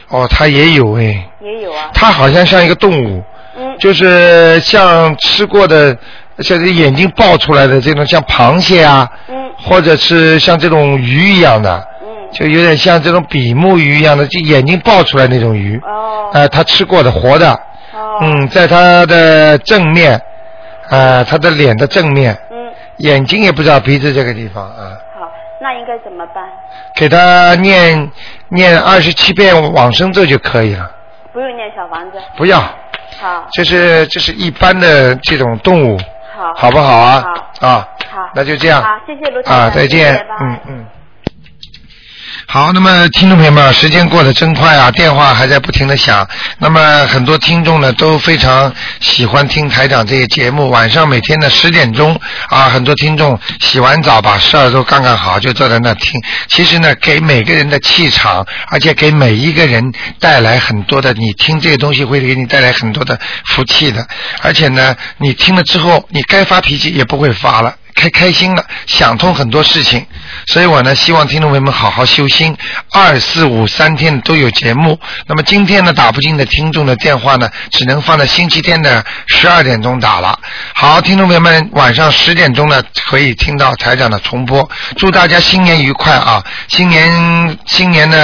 S1: 哦，他也有哎，
S6: 也有啊。
S1: 他好像像一个动物，
S6: 嗯，
S1: 就是像吃过的，像这眼睛爆出来的这种，像螃蟹啊，
S6: 嗯
S1: 或者是像这种鱼一样的，
S6: 嗯，
S1: 就有点像这种比目鱼一样的，就眼睛爆出来那种鱼。
S6: 哦
S1: 呃，他吃过的活的，
S6: 哦，
S1: 嗯，在他的正面，呃，他的脸的正面，
S6: 嗯，
S1: 眼睛也不知道鼻子这个地方啊，
S6: 好，那应该怎么办？
S1: 给他念念二十七遍往生咒就可以了，
S6: 不用念小房子，
S1: 不要，
S6: 好，
S1: 这是这是一般的这种动物，
S6: 好，
S1: 好不好啊？啊，
S6: 好，
S1: 那就这样。
S6: 好，谢谢卢台长
S1: 啊，再见
S6: 谢谢拜，拜
S1: 嗯嗯。好，那么听众朋友们，时间过得真快啊，电话还在不停的响。那么很多听众呢都非常喜欢听台长这个节目，晚上每天的十点钟啊，很多听众洗完澡把事儿都干干好，就坐在那听。其实呢，给每个人的气场，而且给每一个人带来很多的，你听这个东西会给你带来很多的福气的。而且呢，你听了之后，你该发脾气也不会发了。开开心了，想通很多事情，所以我呢希望听众朋友们好好修心。二四五三天都有节目，那么今天呢打不进的听众的电话呢，只能放在星期天的十二点钟打了。好，听众朋友们，晚上十点钟呢可以听到台长的重播。祝大家新年愉快啊！新年新年呢